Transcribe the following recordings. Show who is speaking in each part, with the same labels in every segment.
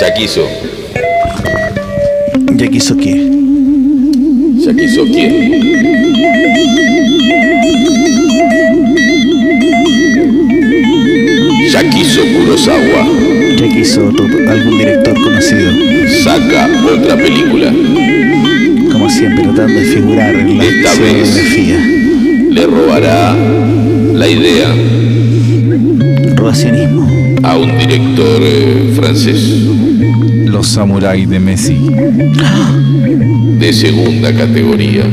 Speaker 1: Yaquizo.
Speaker 2: Ya quiso que.
Speaker 1: Yaquizo quién? Yaquizo Kurosawa
Speaker 2: Ya quiso to- algún director conocido.
Speaker 1: saca otra película.
Speaker 2: Como siempre, tratando de figurar en la
Speaker 1: Esta vez.
Speaker 2: cinematografía.
Speaker 1: Le robará la idea
Speaker 2: Robacionismo.
Speaker 1: a un director eh, francés
Speaker 3: Los samuráis de Messi.
Speaker 1: de segunda categoría.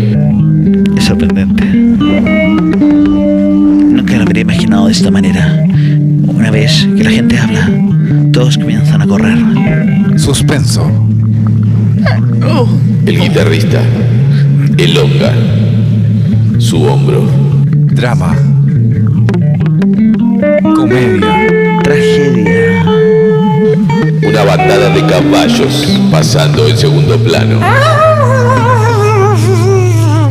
Speaker 2: Es sorprendente. Nunca lo habría imaginado de esta manera. Una vez que la gente habla, todos comienzan a correr.
Speaker 3: Suspenso.
Speaker 1: El guitarrista elonga su hombro.
Speaker 3: Drama. Comedia.
Speaker 2: Tragedia.
Speaker 1: Una bandada de caballos pasando en segundo plano.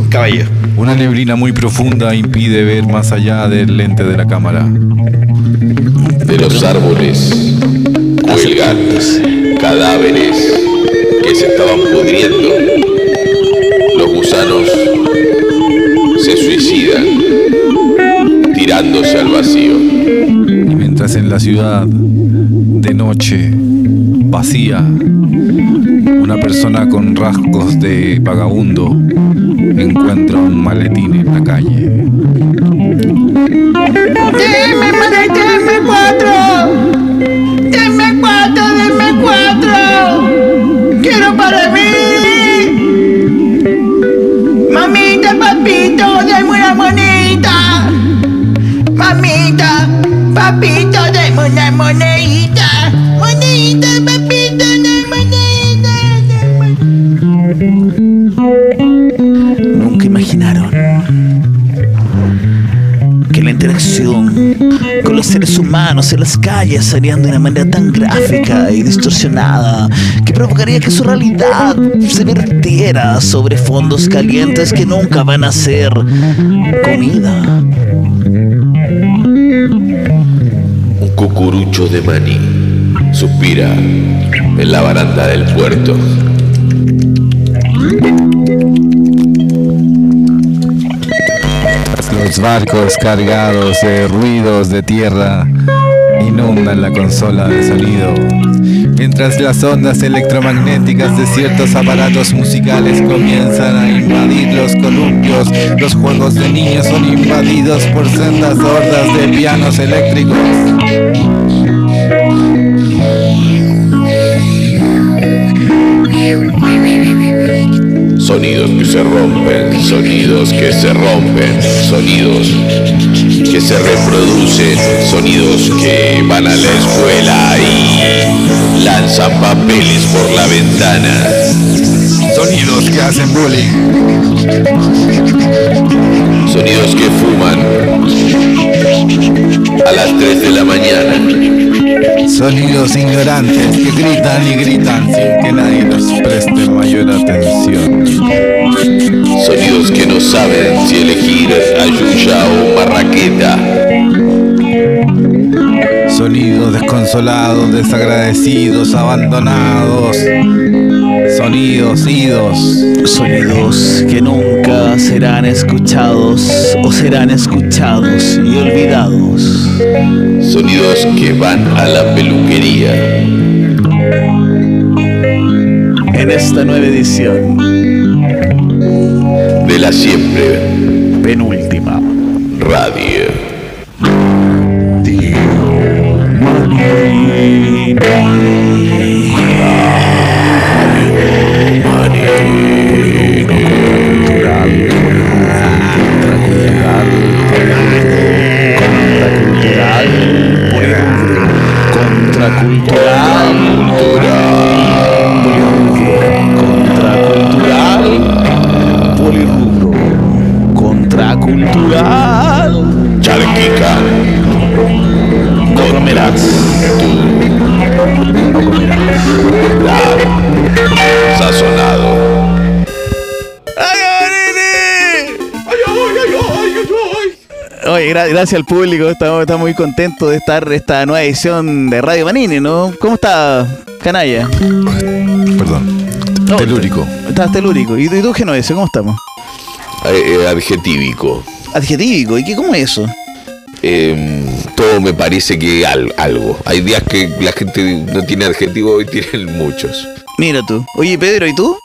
Speaker 2: Caballo.
Speaker 3: Una neblina muy profunda impide ver más allá del lente de la cámara.
Speaker 1: De los árboles cuelgan cadáveres que se estaban pudriendo. Los gusanos se suicidan tirándose al vacío.
Speaker 3: Y mientras en la ciudad, de noche, vacía, una persona con rasgos de vagabundo encuentra un maletín en la calle.
Speaker 4: Deme para deme cuatro. Deme cuatro, deme cuatro. Quiero para mí. Mamita, papito, deme una monedita. Mamita, papito, deme una monedita. Monedita, papito, deme monedita. deme-
Speaker 2: Nunca imaginaron que la interacción con los seres humanos en las calles serían de una manera tan gráfica y distorsionada que provocaría que su realidad se vertiera sobre fondos calientes que nunca van a ser comida.
Speaker 1: Un cucurucho de maní suspira en la baranda del puerto.
Speaker 3: Los barcos cargados de ruidos de tierra inundan la consola de sonido, mientras las ondas electromagnéticas de ciertos aparatos musicales comienzan a invadir los columpios. Los juegos de niños son invadidos por sendas hordas de pianos eléctricos.
Speaker 1: Sonidos que se rompen, sonidos que se rompen, sonidos que se reproducen, sonidos que van a la escuela y lanzan papeles por la ventana.
Speaker 3: Sonidos que hacen bullying.
Speaker 1: Sonidos que fuman a las 3 de la mañana.
Speaker 3: Sonidos ignorantes que gritan y gritan sin que nadie les preste mayor atención.
Speaker 1: Sonidos que no saben si elegir Ayuya o Marraqueta.
Speaker 3: Sonidos desconsolados, desagradecidos, abandonados. Sonidos idos.
Speaker 2: Sonidos que nunca serán escuchados o serán escuchados y olvidados.
Speaker 1: Sonidos que van a la peluquería.
Speaker 2: En esta nueva edición,
Speaker 1: De la siempre
Speaker 2: penúltima.
Speaker 1: radio. Charquica. No comerás. Claro. Sazonado.
Speaker 2: ¡Ay, Oye, Oye, gra- gracias al público. Estamos, estamos muy contentos de estar esta nueva edición de Radio Manini, ¿no? ¿Cómo está, canalla?
Speaker 3: Perdón.
Speaker 2: No,
Speaker 3: Telúrico.
Speaker 2: Estás telúrico. ¿Y, y tú, Genovese, cómo estamos?
Speaker 1: Eh, eh, adjetivíco.
Speaker 2: Adjetivíco. ¿Y qué, cómo es eso?
Speaker 1: Eh, todo me parece que al- algo. Hay días que la gente no tiene adjetivos, hoy tienen muchos.
Speaker 2: Mira tú. Oye, Pedro, ¿y tú?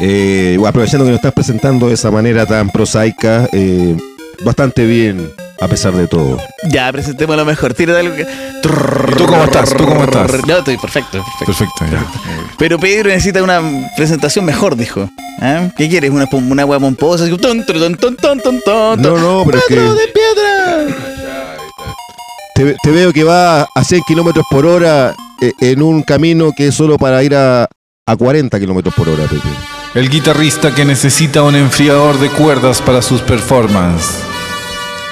Speaker 5: Eh, aprovechando que nos estás presentando de esa manera tan prosaica, eh, bastante bien a pesar de todo.
Speaker 2: Ya, presentemos lo mejor. Tira algo que...
Speaker 3: ¿Y tú cómo estás? ¿Tú cómo estás?
Speaker 2: No, estoy perfecto, perfecto.
Speaker 3: Perfecto, ya.
Speaker 2: Pues, Pero Pedro necesita una presentación mejor, dijo. ¿Ah? ¿Qué quieres? ¿Una, pom- una hueá pomposa? Así, ton, tru, ton, ton, ton, ton, ton,
Speaker 5: No,
Speaker 2: ton.
Speaker 5: no, pero es que-
Speaker 2: ¡Pedro de piedra!
Speaker 5: Te, te veo que va a 100 kilómetros por hora eh, en un camino que es solo para ir a, a 40 kilómetros por hora, Pepe.
Speaker 3: El guitarrista que necesita un enfriador de cuerdas para sus performances.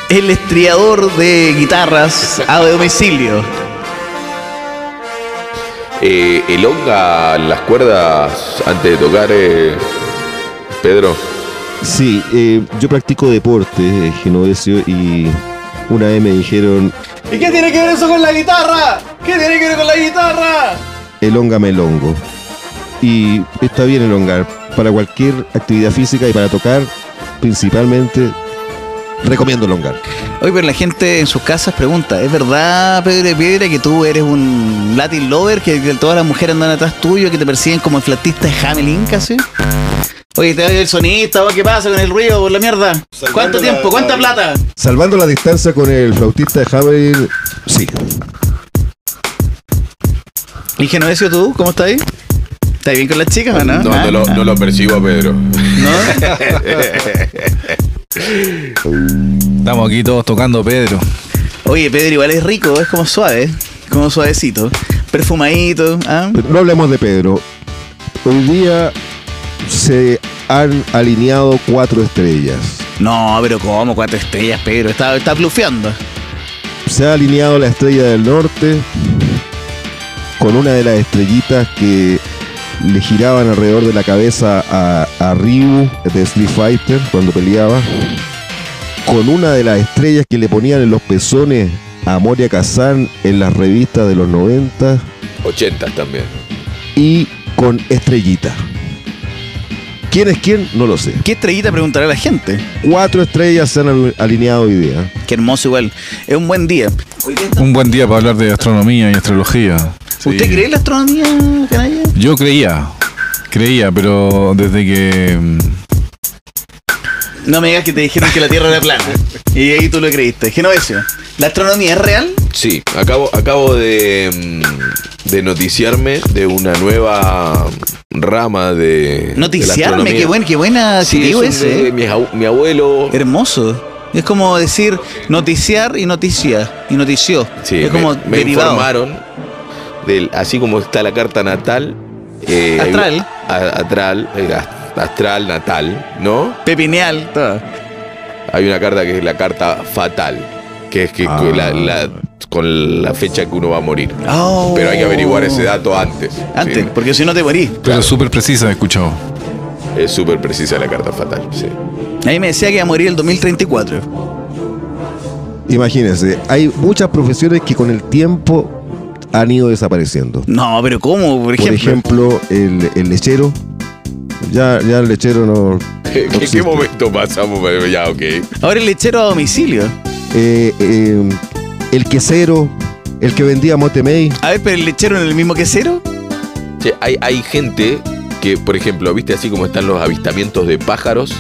Speaker 2: El estriador de guitarras a domicilio.
Speaker 1: Eh, elonga las cuerdas antes de tocar, eh, Pedro.
Speaker 5: Sí, eh, yo practico deporte eh, genovesio y una vez me dijeron,
Speaker 2: ¿Y qué tiene que ver eso con la guitarra? ¿Qué tiene que ver con la guitarra?
Speaker 5: elóngame el hongo. Y está bien elongar. Para cualquier actividad física y para tocar, principalmente, recomiendo elongar.
Speaker 2: Oye, pero la gente en sus casas pregunta, ¿es verdad, Pedro de Piedra, que tú eres un Latin lover, que, que todas las mujeres andan atrás tuyo, que te persiguen como el flatista de Hamelin casi? Oye, te oye el sonista, ¿qué pasa con el ruido, por la mierda? ¿Cuánto tiempo? ¿Cuánta plata?
Speaker 5: Salvando la distancia con el flautista de Hamelin, sí.
Speaker 2: ¿Y Genovesio tú? ¿Cómo estás ahí? ¿Estás bien con las chicas o no?
Speaker 1: No,
Speaker 2: ¿Ah?
Speaker 1: no, lo, no lo percibo a Pedro.
Speaker 2: ¿No?
Speaker 3: Estamos aquí todos tocando Pedro.
Speaker 2: Oye, Pedro igual es rico, es como suave, como suavecito, perfumadito, ¿ah?
Speaker 5: Pero No hablemos de Pedro. Hoy día se han alineado cuatro estrellas.
Speaker 2: No, pero ¿cómo? Cuatro estrellas, Pedro, está, está blufeando.
Speaker 5: se ha alineado la estrella del norte con una de las estrellitas que le giraban alrededor de la cabeza a, a Ryu de Street Fighter cuando peleaba. Con una de las estrellas que le ponían en los pezones a Moria Kazan en las revistas de los 90
Speaker 1: 80 también.
Speaker 5: y con estrellita. ¿Quién es quién? No lo sé.
Speaker 2: ¿Qué estrellita preguntará la gente?
Speaker 5: Cuatro estrellas se han al- alineado hoy día.
Speaker 2: Qué hermoso igual. Es un buen día.
Speaker 3: Un buen día para hablar de astronomía y astrología. Sí.
Speaker 2: ¿Usted cree en la astronomía, canalla?
Speaker 3: Yo creía, creía, pero desde que... mm,
Speaker 2: No me digas que te dijeron que la Tierra era plana. Y ahí tú lo creíste. Genovesio, ¿la astronomía es real?
Speaker 1: Sí, acabo, acabo de, mm, de noticiarme de una nueva rama de. de la
Speaker 2: Noticiarme,
Speaker 1: astronomía.
Speaker 2: qué buen, qué buena
Speaker 1: Sí,
Speaker 2: adjetivo
Speaker 1: es un-
Speaker 2: ese.
Speaker 1: eh, mi, abu- mi abuelo.
Speaker 2: Hermoso. Es como decir noticiar y noticia. Y notició.
Speaker 1: Sí,
Speaker 2: es como
Speaker 1: me, me
Speaker 2: derivado.
Speaker 1: informaron del, así como está la carta natal. eh,
Speaker 2: Astral.
Speaker 1: a- atral, eh, ast- astral, natal, ¿no?
Speaker 2: Pepineal. todo.
Speaker 1: Hay una carta que es la carta fatal, que es que
Speaker 5: Ah.
Speaker 1: con, la, la- con la fecha que uno va a morir.
Speaker 2: Oh.
Speaker 1: Pero hay que averiguar ese dato antes.
Speaker 2: Antes,
Speaker 1: Sí,
Speaker 2: porque si no te morís.
Speaker 3: Pero súper precisa, he escuchado.
Speaker 1: es súper precisa la carta fatal, sí.
Speaker 2: Ahí me decía que iba a morir el 2034.
Speaker 5: Imagínense, hay muchas profesiones que con el tiempo han ido desapareciendo.
Speaker 2: No, pero ¿cómo? Por
Speaker 5: Por
Speaker 2: ejemplo.
Speaker 5: ejemplo, el, el lechero. Ya, ya el lechero no.
Speaker 1: ¿En
Speaker 5: no
Speaker 1: qué-
Speaker 5: existe.
Speaker 1: qué momento pasamos? Pero Ya, ok.
Speaker 2: Ahora el lechero a domicilio.
Speaker 5: Eh, eh, el quesero, el que vendía Motemey.
Speaker 2: A ver, pero el lechero en el mismo que cero.
Speaker 1: Che, hay, hay gente que, por ejemplo, viste así como están los avistamientos de pájaros,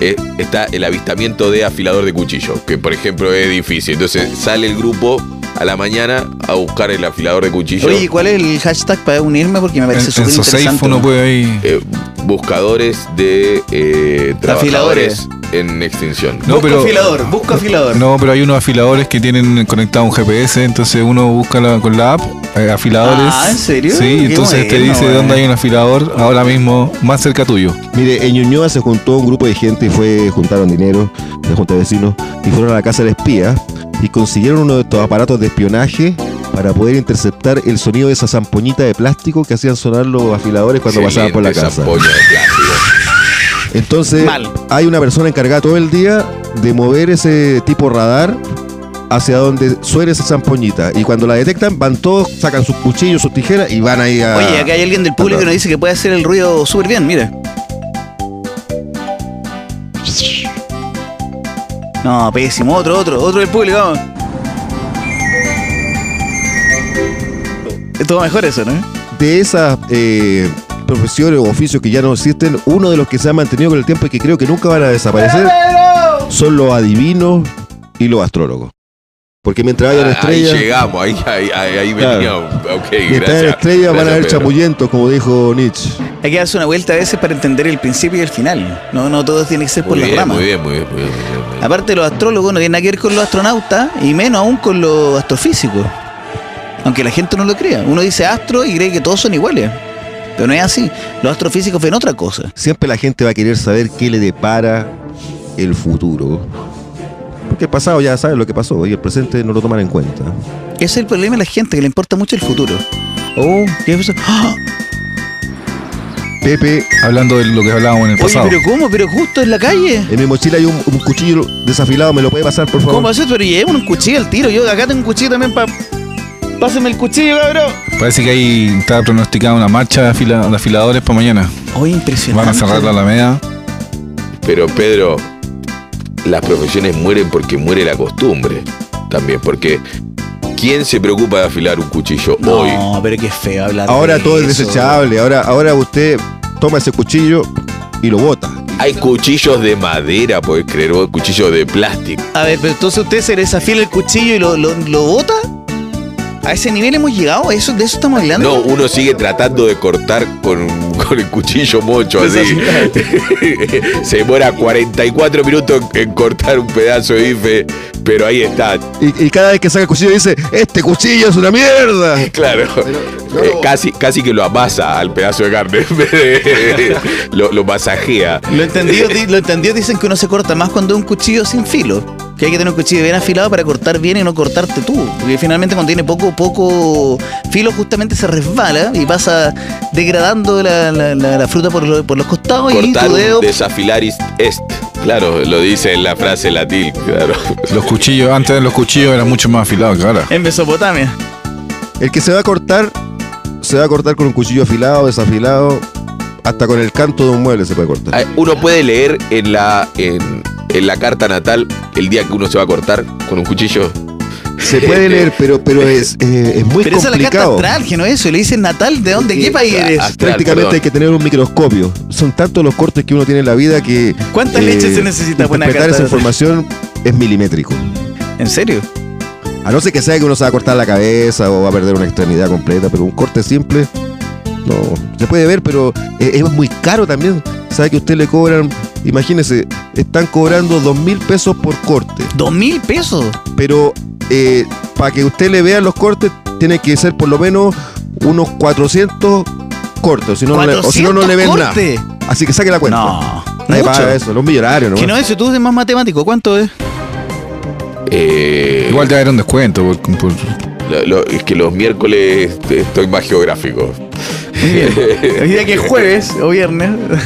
Speaker 1: eh, está el avistamiento de afilador de cuchillo, que por ejemplo es difícil. Entonces sale el grupo a la mañana a buscar el afilador de cuchillo.
Speaker 2: Oye, ¿cuál es el hashtag para unirme? Porque me
Speaker 3: En,
Speaker 2: parece
Speaker 3: en
Speaker 2: súper
Speaker 3: Sosafe
Speaker 2: interesante.
Speaker 3: uno puede ahí...
Speaker 1: Eh, buscadores de eh,
Speaker 2: Afiladores.
Speaker 1: trabajadores en extinción.
Speaker 3: No,
Speaker 2: busca
Speaker 3: pero-
Speaker 2: afilador, busca afilador.
Speaker 3: No, pero hay unos afiladores que tienen conectado un GPS, entonces uno busca la- con la app eh, afiladores.
Speaker 2: Ah, ¿en serio?
Speaker 3: Sí,
Speaker 2: Qué
Speaker 3: entonces te
Speaker 2: bueno,
Speaker 3: dice dónde
Speaker 2: eh.
Speaker 3: hay un afilador ahora mismo más cerca tuyo.
Speaker 5: Mire, en Ñuñoa se juntó un grupo de gente y fue, juntaron dinero, la junta de vecinos, y fueron a la casa del espía y consiguieron uno de estos aparatos de espionaje para poder interceptar el sonido de esa zampoñita de plástico que hacían sonar los afiladores cuando pasaban por la
Speaker 1: Excelente
Speaker 5: casa.
Speaker 1: zampoña de plástico.
Speaker 3: eh,
Speaker 5: Entonces,
Speaker 2: Mal.
Speaker 5: hay una persona encargada todo el día de mover ese tipo radar hacia donde suene esa zampoñita. Y cuando la detectan, van todos, sacan sus cuchillos, sus tijeras y van ahí a.
Speaker 1: Ah,
Speaker 2: Oye, acá hay alguien del público que nos dice que puede hacer el ruido súper bien, mira. No, pésimo. Otro, otro, otro del público, vamos. Estuvo mejor eso, ¿no?
Speaker 5: de esas eh, profesiones o oficios que ya no existen, uno de los que se ha mantenido con el tiempo y que creo que nunca van a desaparecer son los adivinos y los astrólogos. Porque mientras hayan
Speaker 1: Ah, Ahí
Speaker 5: estrellas,
Speaker 1: llegamos, ahí, ahí, ahí, ahí
Speaker 5: Claro.
Speaker 1: venía. Ok,
Speaker 5: mientras hayan
Speaker 1: gracias.
Speaker 5: estrellas van a
Speaker 1: Gracias,
Speaker 5: haber
Speaker 1: Pedro.
Speaker 5: chamullentos, como dijo Nietzsche.
Speaker 2: Hay que darse una vuelta a veces para entender el principio y el final. No, no todo tiene que ser por
Speaker 1: Muy
Speaker 2: las
Speaker 1: bien,
Speaker 2: ramas.
Speaker 1: muy bien, muy bien, muy bien, muy bien, muy bien.
Speaker 2: Aparte, los astrólogos no tienen nada que ver con los astronautas y menos aún con los astrofísicos. Aunque la gente no lo crea. Uno dice astro y cree que todos son iguales. Pero no es así. Los astrofísicos ven otra cosa.
Speaker 5: Siempre la gente va a querer saber qué le depara el futuro. Porque el pasado ya sabe lo que pasó y el presente no lo toman en cuenta.
Speaker 2: Ese es el problema de la gente, que le importa mucho el futuro. Oh, ¿qué pasó? ¡Ah!
Speaker 5: Pepe,
Speaker 3: Hablando de lo que hablábamos en el
Speaker 2: eh. Oye,
Speaker 3: pasado.
Speaker 2: pero ¿cómo? ¿Pero justo en la calle?
Speaker 5: en mi mochila hay un, un cuchillo desafilado, ¿me lo puede pasar, por favor?
Speaker 2: ¿Cómo haces? Pero llevemos un cuchillo al tiro. Yo acá tengo un cuchillo también para... Pásame el cuchillo, cabrón.
Speaker 3: Parece que ahí está pronosticada una marcha de, afila- de afiladores para mañana.
Speaker 2: Oye, impresionante.
Speaker 3: Van a cerrar la alameda.
Speaker 1: Pero Pedro, las profesiones mueren porque muere la costumbre. También, porque ¿quién se preocupa de afilar un cuchillo hoy?
Speaker 2: No, pero qué feo hablar
Speaker 5: Ahora
Speaker 2: de
Speaker 5: todo es
Speaker 2: eso.
Speaker 5: desechable. Ahora, ahora usted toma ese cuchillo y lo bota.
Speaker 1: Hay cuchillos de madera, podés creer, o cuchillos de plástico.
Speaker 2: A ver, pero entonces usted se desafía el cuchillo y lo, lo, lo bota. ¿A ese nivel hemos llegado? ¿Eso, ¿De eso estamos hablando?
Speaker 1: No, uno sigue tratando de cortar con, con el cuchillo mocho así. Se demora 44 minutos en- en cortar un pedazo de bife, pero ahí está.
Speaker 5: Y, y cada vez que saca el cuchillo dice, este cuchillo es una mierda.
Speaker 1: Claro.
Speaker 5: claro.
Speaker 1: Eh, casi, casi que lo amasa al pedazo de carne. en vez de- lo, lo masajea.
Speaker 2: Lo entendido, di- lo entendido dicen que uno se corta más cuando es un cuchillo sin filo. Que hay que tener un cuchillo bien afilado para cortar bien y no cortarte tú. Porque finalmente cuando tiene poco, poco filo justamente se resbala y pasa degradando la, la- la- la fruta por, lo- por los costados y
Speaker 1: Cortar
Speaker 2: tu dedo...
Speaker 1: un desafilaris est. Claro, lo dice en la frase latín. Claro.
Speaker 3: Los cuchillos, antes los cuchillos eran mucho más afilados que ahora.
Speaker 2: En Mesopotamia.
Speaker 5: El que se va a cortar, se va a cortar con un cuchillo afilado, desafilado. Hasta con el canto de un mueble se puede cortar.
Speaker 1: Ay, Ah, Uno puede leer en la, en, en la carta natal el día que uno se va a cortar con un cuchillo.
Speaker 5: Se puede leer, pero, pero es, eh, es muy
Speaker 2: Pero esa es la carta
Speaker 5: complicado.
Speaker 2: astral, que no es eso. Le dicen natal, ¿de dónde? ¿Qué país eres?
Speaker 1: Ah, astral,
Speaker 5: Prácticamente hay
Speaker 1: perdón.
Speaker 5: que tener un microscopio. Son tantos los cortes que uno tiene en la vida que. eh,
Speaker 2: ¿Cuántas leches se necesita para una
Speaker 5: Interpretar
Speaker 2: carta
Speaker 5: esa
Speaker 2: de otro?
Speaker 5: información es milimétrico.
Speaker 2: ¿En serio?
Speaker 5: A no ser que sea que uno se va a cortar la cabeza o va a perder una extremidad completa, pero un corte simple, no. Se puede ver, pero e-, es, es muy caro también. Sabe que usted le cobran, imagínese, están cobrando dos mil pesos por corte,
Speaker 2: ¿Dos mil pesos?
Speaker 5: pero eh, para que usted le vea los cortes, tiene que ser por lo menos unos 400 cortos, si no, no le, o si no, no le ven nada.
Speaker 2: corte?
Speaker 5: Así que saque la cuenta.
Speaker 2: No.
Speaker 5: Nadie paga
Speaker 2: Mucho.
Speaker 5: eso, los millonarios, ¿no?
Speaker 2: Que no es eso, tú eres más matemático. ¿Cuánto es?
Speaker 1: Eh,
Speaker 3: Igual te era un descuento. por- por-
Speaker 1: lo- lo- es que los miércoles estoy más geográfico.
Speaker 2: Hoy día que es jueves o viernes.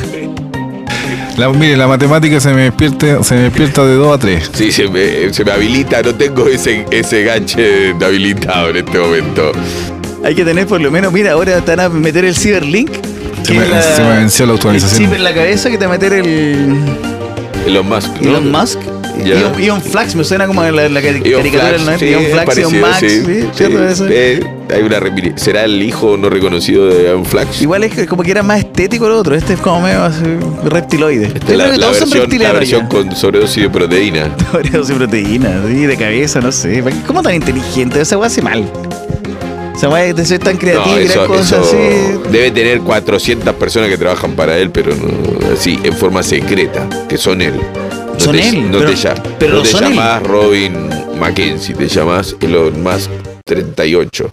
Speaker 3: La- mire, la matemática se me despierta, se me despierta de 2 a 3.
Speaker 1: Sí, se me, se me habilita, no tengo ese, ese ganche habilitado en este momento.
Speaker 2: Hay que tener por lo menos, mira, ahora te van a meter el ciberlink.
Speaker 3: Se me- se me venció la actualización.
Speaker 2: El chip en la cabeza que te va a meter el
Speaker 1: Elon Musk, ¿no?
Speaker 2: Elon Musk.
Speaker 1: Ya.
Speaker 2: Elon, Elon Flax me suena como la, la cari-
Speaker 1: Elon
Speaker 2: caricatura del
Speaker 1: Flash,
Speaker 2: 90.
Speaker 1: sí,
Speaker 2: Elon Flax, Elon
Speaker 1: parecido,
Speaker 2: Max.
Speaker 1: sí,
Speaker 2: ¿sí?
Speaker 1: sí,
Speaker 2: ¿Cierto eso?
Speaker 1: eh, hay una remini- ¿Será el hijo no reconocido de Elon Flax?
Speaker 2: Igual es que como que era más estético el otro. Este es como medio así, reptiloide. Yo
Speaker 1: Este, la,
Speaker 2: creo que
Speaker 1: la
Speaker 2: todos son
Speaker 1: versión, la
Speaker 2: reptilianos
Speaker 1: versión
Speaker 2: ya.
Speaker 1: con sobredosis de proteína.
Speaker 2: Oreos y proteínas, sí, de cabeza, no sé. ¿Cómo tan inteligente? Esa weá hace mal. Esa weá de ser tan
Speaker 1: No,
Speaker 2: creativa y gran
Speaker 1: eso,
Speaker 2: cosa
Speaker 1: eso
Speaker 2: así.
Speaker 1: debe tener 400 personas que trabajan para él, pero no, así, en forma secreta, que son él. No
Speaker 2: Son
Speaker 1: te,
Speaker 2: él,
Speaker 1: No
Speaker 2: pero-
Speaker 1: te, llam-
Speaker 2: pero
Speaker 1: no te
Speaker 2: son él.
Speaker 1: llamás Robin Mackenzie, te llamás Elon Musk 38.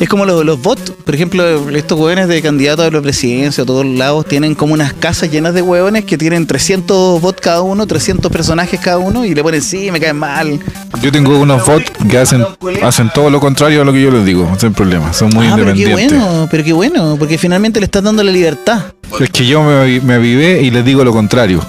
Speaker 2: Es como los, los bots, por ejemplo, estos hueones de candidatos a la presidencia, a todos lados, tienen como unas casas llenas de hueones que tienen 300 bots cada uno, 300 personajes cada uno, y le ponen, sí, me caen mal.
Speaker 3: Yo tengo unos bots que hacen, hacen todo lo contrario a lo que yo les digo. No hay problema. Son muy
Speaker 2: ah, pero qué
Speaker 3: independientes.
Speaker 2: bueno, pero qué bueno, porque finalmente le estás dando la libertad.
Speaker 3: Es que yo me, me avivé y les digo lo contrario.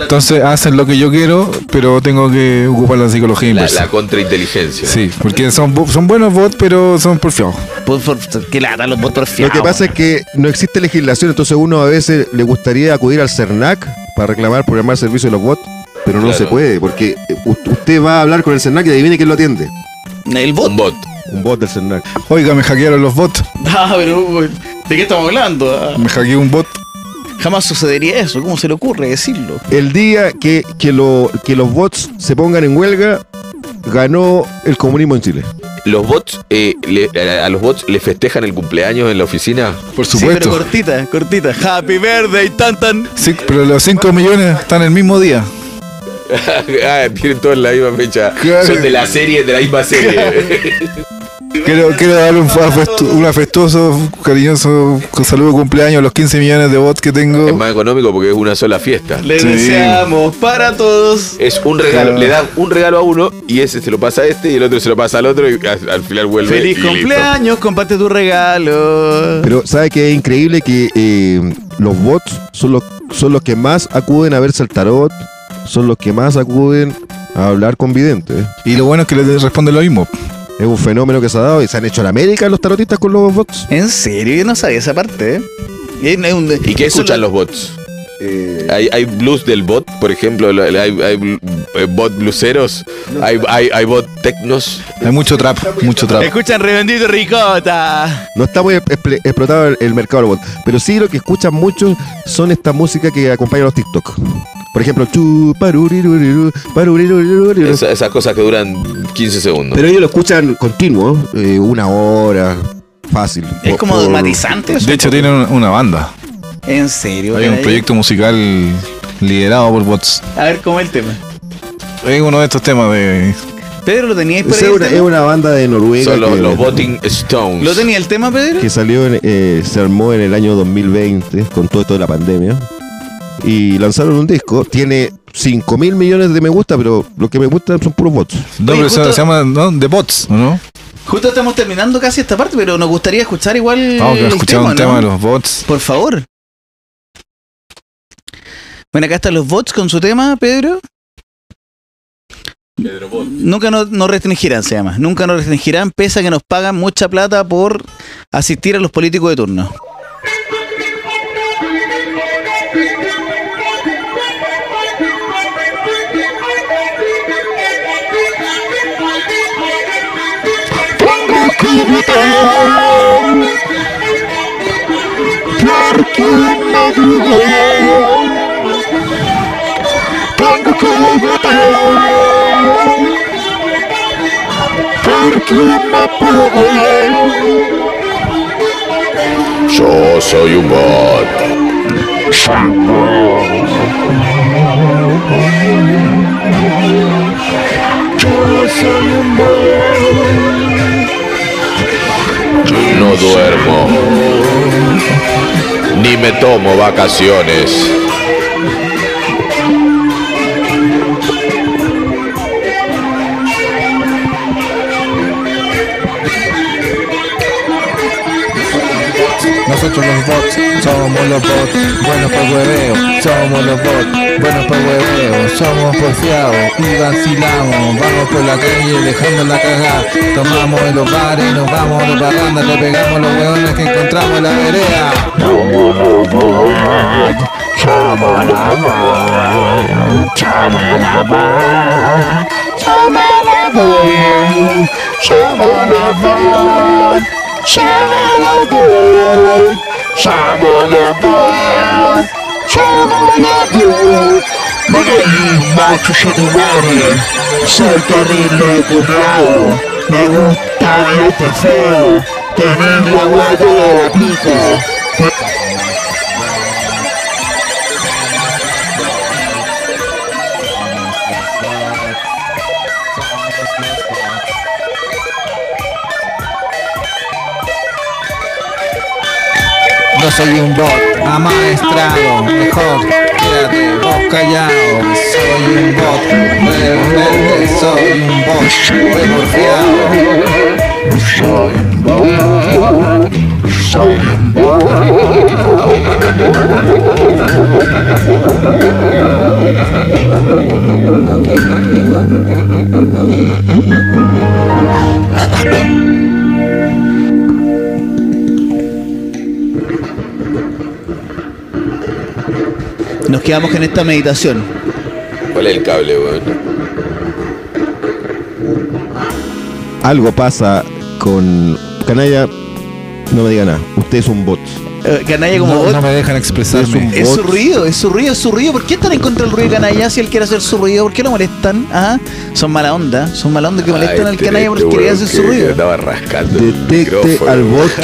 Speaker 3: Entonces hacen lo que yo quiero, pero tengo que ocupar la psicología
Speaker 1: La,
Speaker 3: inversa.
Speaker 1: la contrainteligencia.
Speaker 3: Sí, porque son, bu- son buenos bots, pero son por fiados.
Speaker 2: Por, por- que lata los botones
Speaker 5: Lo que pasa es que no existe legislación, entonces uno a veces le gustaría acudir al CERNAC para reclamar programar servicio de los bots, pero no
Speaker 1: Claro.
Speaker 5: se puede, porque u- usted va a hablar con el CERNAC y adivine quién lo atiende.
Speaker 2: El bot.
Speaker 1: Un bot.
Speaker 5: Un bot del CERNAC.
Speaker 3: Oiga, me hackearon los bots.
Speaker 2: Ah, pero bueno, ¿de qué estamos hablando? Ah,
Speaker 3: Me hackeó un bot.
Speaker 2: Jamás sucedería eso. ¿Cómo se le ocurre decirlo?
Speaker 5: El día que, que, lo, que los bots se pongan en huelga, ganó el comunismo en Chile.
Speaker 1: Los bots, eh, le- a, a los bots le festejan el cumpleaños en la oficina.
Speaker 3: Por
Speaker 2: Sí,
Speaker 3: supuesto.
Speaker 2: pero cortita, cortita. Happy birthday, tan tan.
Speaker 3: Sí, pero los 5 millones están el mismo día.
Speaker 1: ah, tienen todos la misma fecha.
Speaker 3: Claro.
Speaker 1: Son de la serie, de la misma serie.
Speaker 3: Quiero, quiero dar un, afestu- un afectuoso, cariñoso saludo de cumpleaños a los 15 millones de bots que
Speaker 1: es
Speaker 3: tengo.
Speaker 1: más económico porque es una sola fiesta.
Speaker 2: Le
Speaker 3: Sí.
Speaker 2: deseamos para todos.
Speaker 1: Es un regalo,
Speaker 3: Claro.
Speaker 1: le dan un regalo a uno y ese se lo pasa a este y el otro se lo pasa al otro y al, al final vuelve. y
Speaker 2: Feliz
Speaker 1: listo.
Speaker 2: cumpleaños, comparte tu regalo.
Speaker 5: Pero ¿sabe que es increíble? Que eh, los bots son los, son los que más acuden a verse el tarot, son los que más acuden a hablar con videntes.
Speaker 3: Y lo bueno es que les responde lo mismo.
Speaker 5: Es un fenómeno que se ha dado y se han hecho en América los tarotistas con los bots.
Speaker 2: En serio, yo no sabía esa parte. ¿eh? Y, no es un-
Speaker 1: ¿Y qué
Speaker 2: eso Eh,
Speaker 1: escuchan
Speaker 2: lo-
Speaker 1: los bots? Hay, hay blues del bot, por ejemplo, lo- hay, hay bl- eh, bot bluseros, hay, hay, hay bot tecnos.
Speaker 3: Hay mucho trap, mucho trap.
Speaker 2: Escuchan Rebendito y Ricota.
Speaker 5: No está muy expl- explotado el, el mercado del bot, pero sí lo que escuchan muchos son esta música que acompaña a los TikTok. Por ejemplo, chu, paruriruriru, paruriruriru.
Speaker 1: Esa- esas cosas que duran 15 segundos.
Speaker 5: pero ellos lo escuchan continuo, eh, una hora, fácil.
Speaker 3: Oh,
Speaker 2: Es
Speaker 5: Por-
Speaker 2: como
Speaker 5: por-
Speaker 2: matizante eso.
Speaker 3: De hecho, tienen una- una banda.
Speaker 2: En serio.
Speaker 3: Hay un
Speaker 2: caray.
Speaker 3: proyecto musical liderado por bots.
Speaker 2: A ver cómo es el tema.
Speaker 3: Es uno de estos temas de.
Speaker 2: Pedro, ¿lo teníais por ahí?
Speaker 5: Esa Es
Speaker 2: el
Speaker 5: una,
Speaker 2: tema?
Speaker 5: es una banda de Noruega
Speaker 1: Son los,
Speaker 5: que,
Speaker 1: los Botting Stones.
Speaker 2: ¿Lo tenía el tema, Pedro?
Speaker 5: que salió, en- eh, se armó en el año 2020 con todo esto de la pandemia y lanzaron un disco. Tiene 5 mil millones de me gusta, pero lo que me gustan son puros bots.
Speaker 3: No,
Speaker 2: Oye,
Speaker 3: pero se-
Speaker 2: justo-
Speaker 3: se llama ¿no? The Bots, ¿o ¿no?
Speaker 2: Justo estamos terminando casi esta parte, pero nos gustaría escuchar igual.
Speaker 3: Vamos a
Speaker 2: el
Speaker 3: escuchar un tema
Speaker 2: ¿no?
Speaker 3: de los bots.
Speaker 2: Por favor. Bueno, acá están los bots con su tema, Pedro. Nunca nos, nos restringirán, se llama. Nunca nos restringirán, pese a que nos pagan mucha plata por asistir a los políticos de turno.
Speaker 1: Yo soy un bot. No duermo. Ni me tomo vacaciones.
Speaker 3: Nosotros los bots somos los bots, buenos para hueveo, somos los bots, buenos para hueveo, pues, somos porfiados y vacilamos, vamos por la calle dejando la cagada, tomamos en los bares, nos vamos a los barrandas, le pegamos los hueones que encontramos en la vereda. No soy un bot amaestrado, mejor quédate vos callado. Soy un bot rebelde, soy un bot remorfiado.
Speaker 2: Nos quedamos con esta meditación.
Speaker 1: ¿Cuál es el cable, weón?
Speaker 5: Algo pasa con Canalla. No me diga nada. Usted es un bot.
Speaker 2: Eh, canalla como
Speaker 3: No,
Speaker 2: bot.
Speaker 3: no me dejan expresarme.
Speaker 2: Es su
Speaker 5: bot.
Speaker 2: ruido, es su ruido, es su ruido. ¿Por qué están en contra del ruido de canalla si él quiere hacer su ruido? ¿Por qué lo molestan? ¿Ah? Son mala onda, son mala onda que molestan
Speaker 1: Ah,
Speaker 2: al
Speaker 1: este-
Speaker 2: canalla
Speaker 1: este
Speaker 2: porque quería
Speaker 1: weón
Speaker 2: hacer su
Speaker 1: que
Speaker 2: ruido.
Speaker 1: Andaba rascando. el
Speaker 5: Detecte
Speaker 1: micrófono.
Speaker 5: al bot.
Speaker 2: Si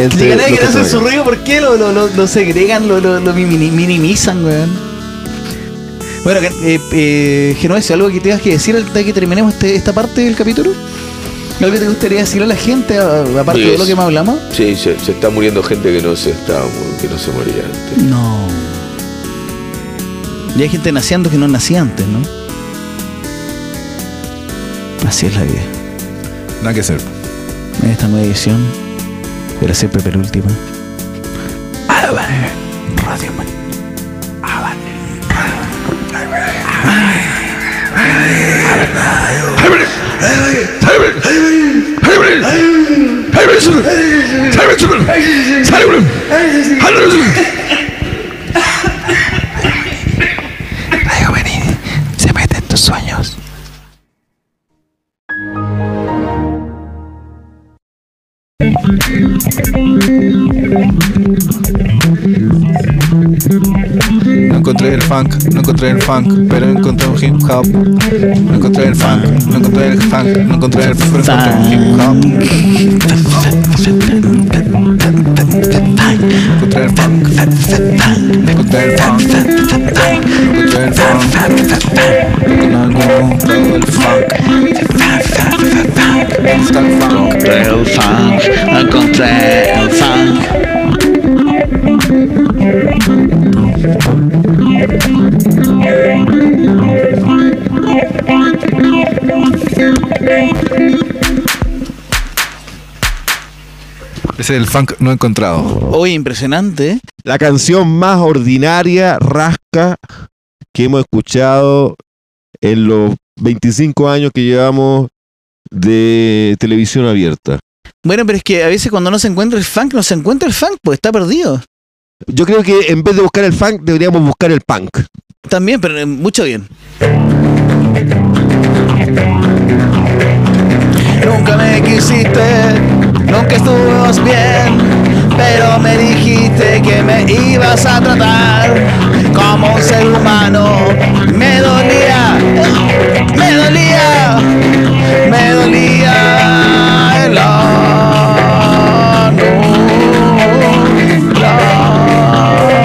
Speaker 2: el
Speaker 5: entre
Speaker 2: canalla
Speaker 5: los
Speaker 2: quiere hacer su
Speaker 5: personajes.
Speaker 2: ruido, ¿por qué lo, lo, lo, lo segregan, lo, lo, lo mini- minimizan, weón? Bueno, que- eh, eh, Genovese, ¿algo que tengas que decir antes de que terminemos este- esta parte del capítulo? ¿Algo que te gustaría decir a la gente, a- aparte
Speaker 1: Yes.
Speaker 2: de lo que más hablamos?
Speaker 1: Sí, se, se está muriendo gente que no se está, que no se moría antes.
Speaker 2: No. Y hay gente naciendo que no nacía antes, ¿no? Así es la vida.
Speaker 3: Nada que hacer.
Speaker 2: En esta nueva edición, pero siempre penúltima. Radio Man.
Speaker 3: No encontré el funk, no encontré el funk, pero encontré un hip hop. No encontré el funk, no encontré el funk, no encontré el funk, pero encontré un hip hop. Encontré el funk, encontré el funk, encontré el funk. Con algo, todo el funk. Está el funk.
Speaker 2: Encontré el funk, encontré el funk.
Speaker 3: Ese es el funk no encontrado.
Speaker 2: Oye, impresionante. ¿eh?
Speaker 5: La canción más ordinaria, rasca, que hemos escuchado en los 25 años que llevamos de televisión abierta.
Speaker 2: Bueno, pero es que a veces cuando no se encuentra el funk, no se encuentra el funk, pues está perdido.
Speaker 5: Yo creo que en vez de buscar el funk, deberíamos buscar el punk.
Speaker 2: También, pero eh, mucho bien. Nunca me quisiste, nunca estuvimos bien, pero me dijiste que me ibas a tratar como un ser humano. Me dolía, me dolía, me dolía el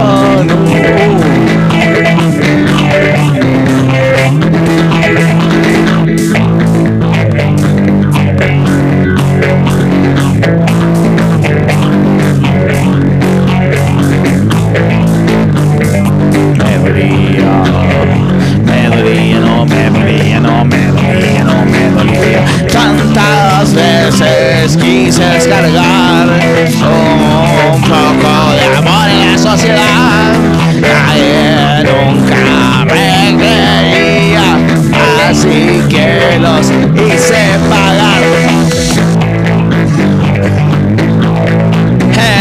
Speaker 2: ano, el ano. Me dolía, me dolía, no me dolía, no me dolía, no me dolía. Tantas veces quise descargar un poco de amor en la sociedad. Nadie nunca me creía, así que los hice pagar.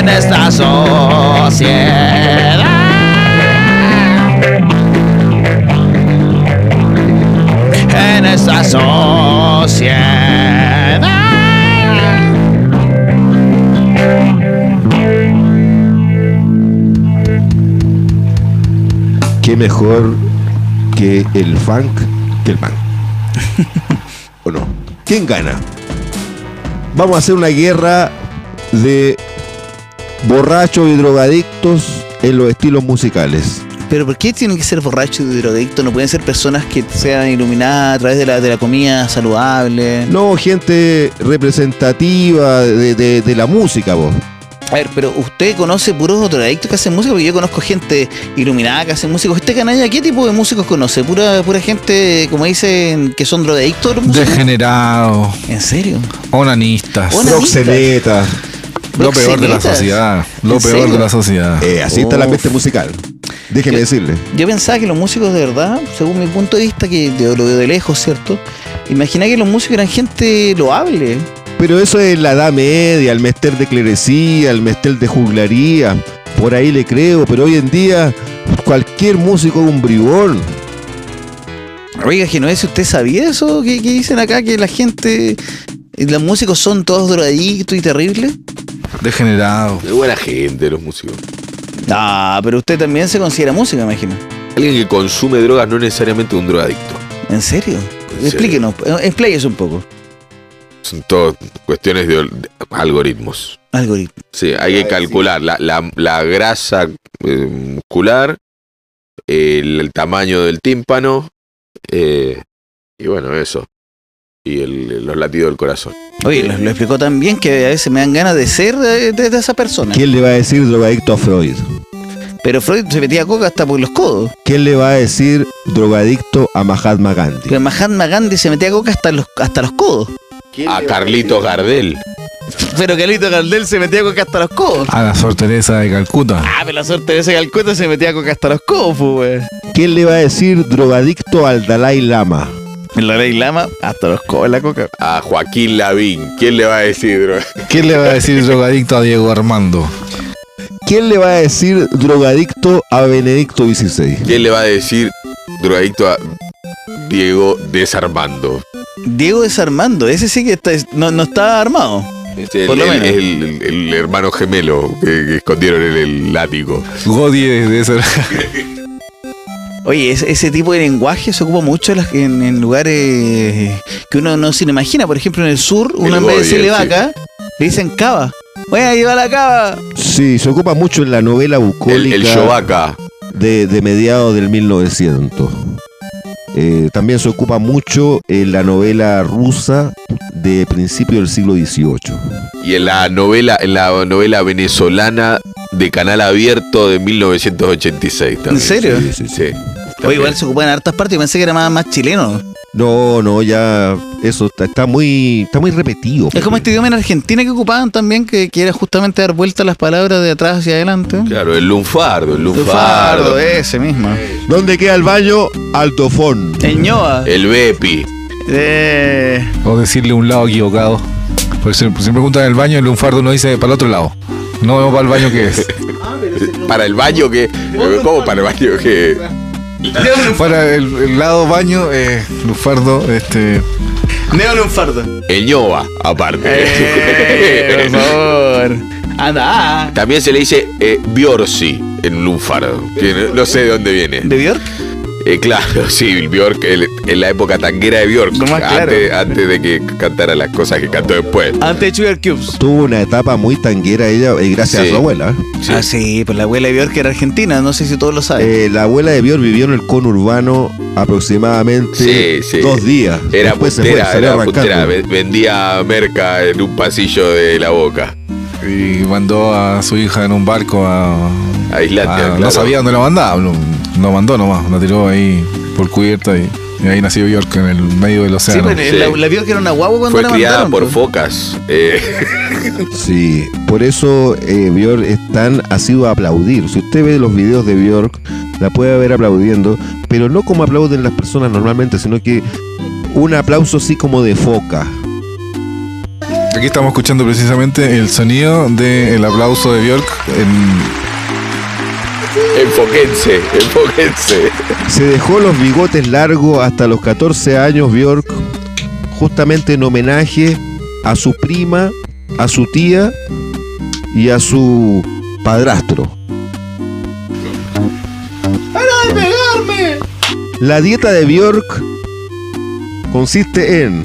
Speaker 2: en esta sociedad. En esta sociedad.
Speaker 5: Qué mejor que el funk que el punk. ¿O no? ¿Quién gana? Vamos a hacer una guerra de borrachos y drogadictos en los estilos musicales.
Speaker 2: Pero ¿por qué tienen que ser borrachos y drogadictos? ¿No pueden ser personas que sean iluminadas a través de la, de la comida saludable?
Speaker 5: No, gente representativa de, de- de la música, vos.
Speaker 2: A ver, pero ¿usted conoce puros drogadictos que hacen música? Porque yo conozco gente iluminada que hace músicos. ¿Este canalla qué tipo de músicos conoce? ¿Pura, pura gente, como dicen, que son drogadictos? de los músicos?
Speaker 3: Degenerado,
Speaker 2: ¿En serio?
Speaker 3: onanistas.
Speaker 2: Onanistas.
Speaker 5: Proxeneta.
Speaker 3: Lo peor de la
Speaker 2: Proxenitas.
Speaker 3: sociedad. Lo
Speaker 2: ¿En
Speaker 3: peor de
Speaker 2: serio?
Speaker 3: la sociedad.
Speaker 5: Eh, así está la
Speaker 2: Uf.
Speaker 5: peste musical. Déjeme
Speaker 2: Yo-
Speaker 5: decirle.
Speaker 2: Yo pensaba que los músicos de verdad, según mi punto de vista, que yo lo veo de lejos, ¿cierto? Imagina que los músicos eran gente loable.
Speaker 5: Pero eso es la Edad Media, el mester de clerecía, el mester de juglaría. Por ahí le creo, pero hoy en día cualquier músico es un bribón.
Speaker 2: Oiga, Genovese, ¿usted sabía eso? ¿Qué, qué dicen acá? Que la gente, los músicos son todos drogadictos y terribles.
Speaker 3: Degenerado.
Speaker 1: De buena gente los músicos.
Speaker 2: Ah, pero usted también se considera músico, me imagino.
Speaker 1: Alguien que consume drogas no es necesariamente un drogadicto.
Speaker 2: ¿En serio?
Speaker 1: serio.
Speaker 2: Explíquenos, eh, expláyese un poco.
Speaker 1: Son todo cuestiones de ol- de algoritmos.
Speaker 2: Algoritmo.
Speaker 1: Sí, hay que calcular la, la- la grasa eh, muscular, el, el tamaño del tímpano, eh, y bueno, eso. Y el- los latidos del corazón.
Speaker 2: Oye, lo, lo explicó tan bien que a veces me dan ganas de ser eh, de, de esa persona.
Speaker 5: ¿Quién le va a decir drogadicto a Freud?
Speaker 2: Pero Freud se metía coca hasta por los codos.
Speaker 5: ¿Quién le va a decir drogadicto a Mahatma Gandhi?
Speaker 2: Pero Mahatma Gandhi se metía coca hasta los, hasta los codos.
Speaker 1: A Carlitos Gardel.
Speaker 2: Pero Calito Gardel se metía coca hasta los codos.
Speaker 3: A la Sor Teresa de Calcuta.
Speaker 2: Ah, pero la suerte de ese Calcuta se metía coca hasta los codos, pues,
Speaker 5: ¿Quién le va a decir drogadicto al Dalai Lama?
Speaker 2: güey. La Rey Lama hasta los codos la coca.
Speaker 1: A Joaquín Lavín. ¿Quién le va a decir droga?
Speaker 3: ¿Quién le va a decir drogadicto a Diego Armando?
Speaker 5: ¿Quién le va a decir drogadicto a Benedicto XVI?
Speaker 1: ¿Quién le va a decir drogadicto a Diego Desarmando?
Speaker 2: Diego desarmando, ese sí que está, no, no está armado.
Speaker 1: Es Este, el,
Speaker 2: Por lo
Speaker 1: el-
Speaker 2: menos.
Speaker 1: el- el- el hermano gemelo que, que escondieron en el látigo.
Speaker 3: Godie de ese.
Speaker 2: Oye, ese, ese tipo de lenguaje se ocupa mucho en, las- en- en lugares eh, que uno no se lo imagina. Por ejemplo, en el sur, uno en vez de
Speaker 1: Godia,
Speaker 2: decirle
Speaker 1: sí.
Speaker 2: vaca, le dicen cava. Voy a llevar la cava.
Speaker 5: Sí, se ocupa mucho en la novela
Speaker 1: El,
Speaker 5: bucólica.
Speaker 1: el Yovaca.
Speaker 5: de, de mediados del 1900. Eh, también se ocupa mucho en la novela rusa de principio del siglo XVIII.
Speaker 1: Y en la novela, en la novela venezolana de Canal Abierto de 1986 también.
Speaker 2: ¿En serio?
Speaker 1: Sí, sí, sí.
Speaker 2: Oye, igual se ocupa en hartas partes. Yo pensé que era más, más chileno.
Speaker 5: No, no, ya eso está, está muy está muy repetido.
Speaker 2: Es como este idioma en Argentina que ocupaban también, que, que era justamente dar vueltas las palabras de atrás hacia adelante.
Speaker 1: Claro, el lunfardo, el lunfardo.
Speaker 2: Lunfardo, eh. ese mismo.
Speaker 5: ¿Dónde queda el baño? Altofón.
Speaker 2: El ñoa.
Speaker 1: El Bepi.
Speaker 2: Eh,
Speaker 3: O decirle un lado equivocado. Porque si si me preguntan en el baño, el lunfardo no dice para el otro lado. No vemos para el baño que es.
Speaker 1: Para el baño que. ¿Cómo para el baño que.?
Speaker 3: Para el, el lado baño, eh, lunfardo, este.
Speaker 2: Neo Lunfardo.
Speaker 1: El ñoba, aparte.
Speaker 2: Eh, por favor. Anda. ah,
Speaker 1: También se le dice eh, Biorsi en lunfardo. que no, no sé de dónde viene.
Speaker 2: ¿De Bjork?
Speaker 1: Eh, claro, sí, Bjork, el- en la época tanguera de Bjork.
Speaker 2: Lo más claro.
Speaker 1: antes, antes de que cantara las cosas que cantó después.
Speaker 2: Antes de Sugar Cubes.
Speaker 5: Tuvo una etapa muy tanguera ella, eh, gracias
Speaker 1: Sí.
Speaker 5: a su abuela.
Speaker 1: Sí.
Speaker 2: Ah, sí, pues la abuela de Bjork era argentina, no sé si todos lo saben.
Speaker 5: Eh, la abuela de Bior vivió en el conurbano aproximadamente
Speaker 1: Sí, sí.
Speaker 5: dos días.
Speaker 1: Era
Speaker 5: Después se
Speaker 1: puntera,
Speaker 5: fue, salió
Speaker 1: era
Speaker 5: arrancando.
Speaker 1: puntera. ve- Vendía merca en un pasillo de la boca.
Speaker 3: Y mandó a su hija en un barco a.
Speaker 1: A Islandia,
Speaker 5: Ah,
Speaker 3: a-
Speaker 1: claro.
Speaker 3: No sabía dónde la mandaba. No, no mandó nomás. La tiró ahí por cubierta y, y ahí nació York en el medio del
Speaker 2: sí,
Speaker 3: océano.
Speaker 2: pues
Speaker 1: sí.
Speaker 2: la, la Bjork era una guagua cuando
Speaker 1: Fue
Speaker 2: la
Speaker 1: criada
Speaker 2: mandaron.
Speaker 1: por
Speaker 2: pues.
Speaker 1: focas. eh,
Speaker 5: Sí, por eso eh, Björk es tan asiduo a aplaudir. Si usted ve los videos de Björk, la puede ver aplaudiendo, pero no como aplauden las personas normalmente, sino que un aplauso así como de foca.
Speaker 3: Aquí estamos escuchando precisamente el sonido del aplauso de Bjork en
Speaker 1: enfoquense, enfoquense.
Speaker 5: Se dejó los bigotes largos hasta los 14 años Björk, justamente en homenaje a su prima, a su tía y a su padrastro. La dieta de Björk consiste en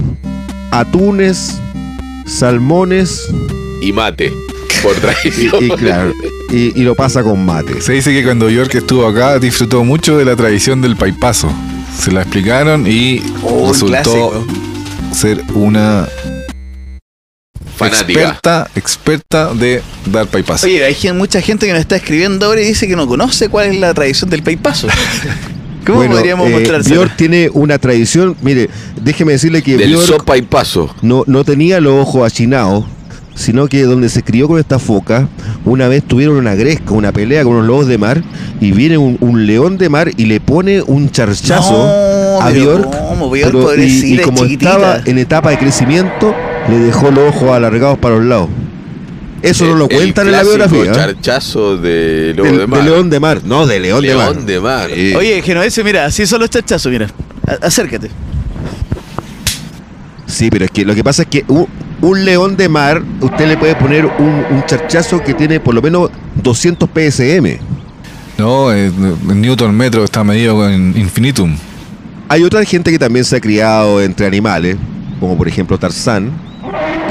Speaker 5: atunes, salmones
Speaker 1: Y mate, por
Speaker 5: y,
Speaker 1: traición.
Speaker 5: y claro, y- y lo pasa con mates.
Speaker 3: Se dice que cuando York estuvo acá disfrutó mucho de la tradición del paipazo. Se la explicaron y
Speaker 2: Oh, un
Speaker 3: resultó
Speaker 2: clásico.
Speaker 3: ser una
Speaker 1: Fanática.
Speaker 3: experta, experta de dar paipazo.
Speaker 2: Oye, hay gen- mucha gente que nos está escribiendo ahora y dice que no conoce cuál es la tradición del paipaso. ¿Cómo
Speaker 5: Bueno,
Speaker 2: podríamos
Speaker 5: eh,
Speaker 2: mostrárselo?
Speaker 5: Björk tiene una tradición, mire, déjeme decirle que
Speaker 1: Del
Speaker 5: Björk
Speaker 1: sopa y paso.
Speaker 5: no, no tenía los ojos achinados, sino que donde se crió con esta foca, una vez tuvieron una gresca, una pelea con unos lobos de mar, y viene un, un león de mar y le pone un charchazo a
Speaker 2: pero
Speaker 5: Bjork,
Speaker 2: ¿cómo? Bjork,
Speaker 5: pero- y- y,
Speaker 2: pobrecita, es
Speaker 5: como
Speaker 2: chiquitita.
Speaker 5: estaba eh, en etapa de crecimiento, le dejó los ojos alargados para los lados. Eso no lo
Speaker 1: El- el
Speaker 5: cuentan en la
Speaker 1: clásico
Speaker 5: biografía. ¿eh?
Speaker 1: charchazo de Lobo
Speaker 5: Del-
Speaker 1: de
Speaker 5: de
Speaker 1: Mar.
Speaker 5: León de Mar, no, de León, de
Speaker 1: León
Speaker 5: Mar.
Speaker 1: de Mar.
Speaker 5: Eh,
Speaker 2: Oye, Genovese, mira, así son los chachazos, mira. A- acércate.
Speaker 5: Sí, pero es que lo que pasa es que un, un león de mar, usted le puede poner un, un charchazo que tiene por lo menos 200 PSM.
Speaker 3: No, eh, Newton metro está medido en infinitum.
Speaker 5: Hay otra gente que también se ha criado entre animales, como por ejemplo Tarzán,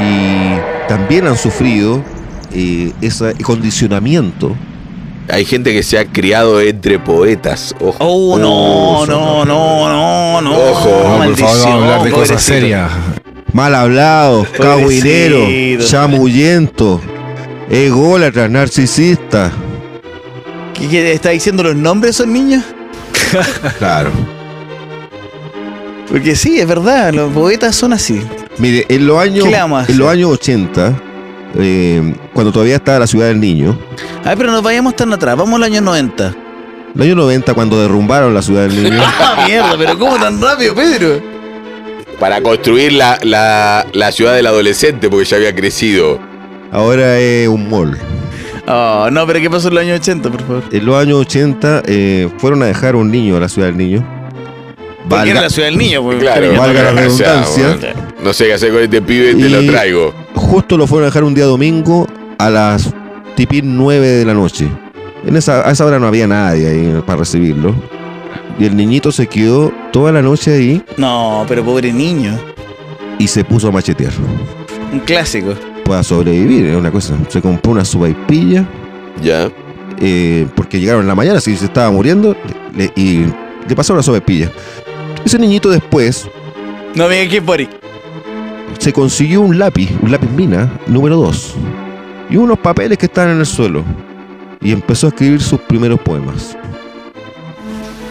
Speaker 5: y también han sufrido eh, ese condicionamiento.
Speaker 1: Hay gente que se ha criado entre poetas. Ojo.
Speaker 2: Oh, no,
Speaker 1: Ojo,
Speaker 2: no, no, no,
Speaker 1: Ojo. No, por
Speaker 2: no.
Speaker 3: No, por favor,
Speaker 2: Oh, maldición, Oh,
Speaker 3: vamos a hablar de
Speaker 2: pobrecito.
Speaker 3: cosas serias.
Speaker 5: Mal hablados,
Speaker 2: Pobrecito.
Speaker 5: cagüineros, chamullentos, ególatras, narcisistas.
Speaker 2: ¿Qué, qué está diciendo los nombres son niños?
Speaker 5: Claro.
Speaker 2: Porque sí, es verdad, los poetas son así.
Speaker 5: Mire, en los años,
Speaker 2: ¿Qué le vamos a hacer?
Speaker 5: en los años 80, eh, cuando todavía estaba la ciudad del niño,
Speaker 2: Ay, pero nos vayamos tan atrás, vamos al año 90.
Speaker 5: el año 90, cuando derrumbaron la ciudad del niño,
Speaker 2: ¡Ah, mierda! ¿Pero cómo tan rápido, Pedro?
Speaker 1: Para construir la, la- la ciudad del adolescente, porque ya había crecido.
Speaker 5: ahora es un mall.
Speaker 2: Oh, no, pero ¿qué pasó en los años 80, por favor?
Speaker 5: En los años 80 eh, fueron a dejar un niño a la ciudad del niño.
Speaker 2: Porque era
Speaker 5: Valga-
Speaker 2: la ciudad del niño, pues,
Speaker 1: Claro.
Speaker 2: cariño.
Speaker 5: valga la
Speaker 1: O sea,
Speaker 5: redundancia.
Speaker 1: bueno, no sé qué hacer con este pibe, te lo
Speaker 5: Y-
Speaker 1: traigo.
Speaker 5: Justo lo fueron a dejar un día domingo a las tipín 9 de la noche. En esa, a esa hora no había nadie ahí para recibirlo. Y el niñito se quedó toda la noche ahí
Speaker 2: No, pero pobre niño.
Speaker 5: y se puso a machetear.
Speaker 2: Un clásico.
Speaker 5: Para sobrevivir, es una cosa. Se compró una subaipilla
Speaker 1: Ya.
Speaker 5: eh, porque llegaron en la mañana, si se estaba muriendo, le- y le pasó una sobrepilla. Ese niñito después
Speaker 2: No me digas que es Boric.
Speaker 5: se consiguió un lápiz, un lápiz mina, número 2, y unos papeles que estaban en el suelo, y empezó a escribir sus primeros poemas.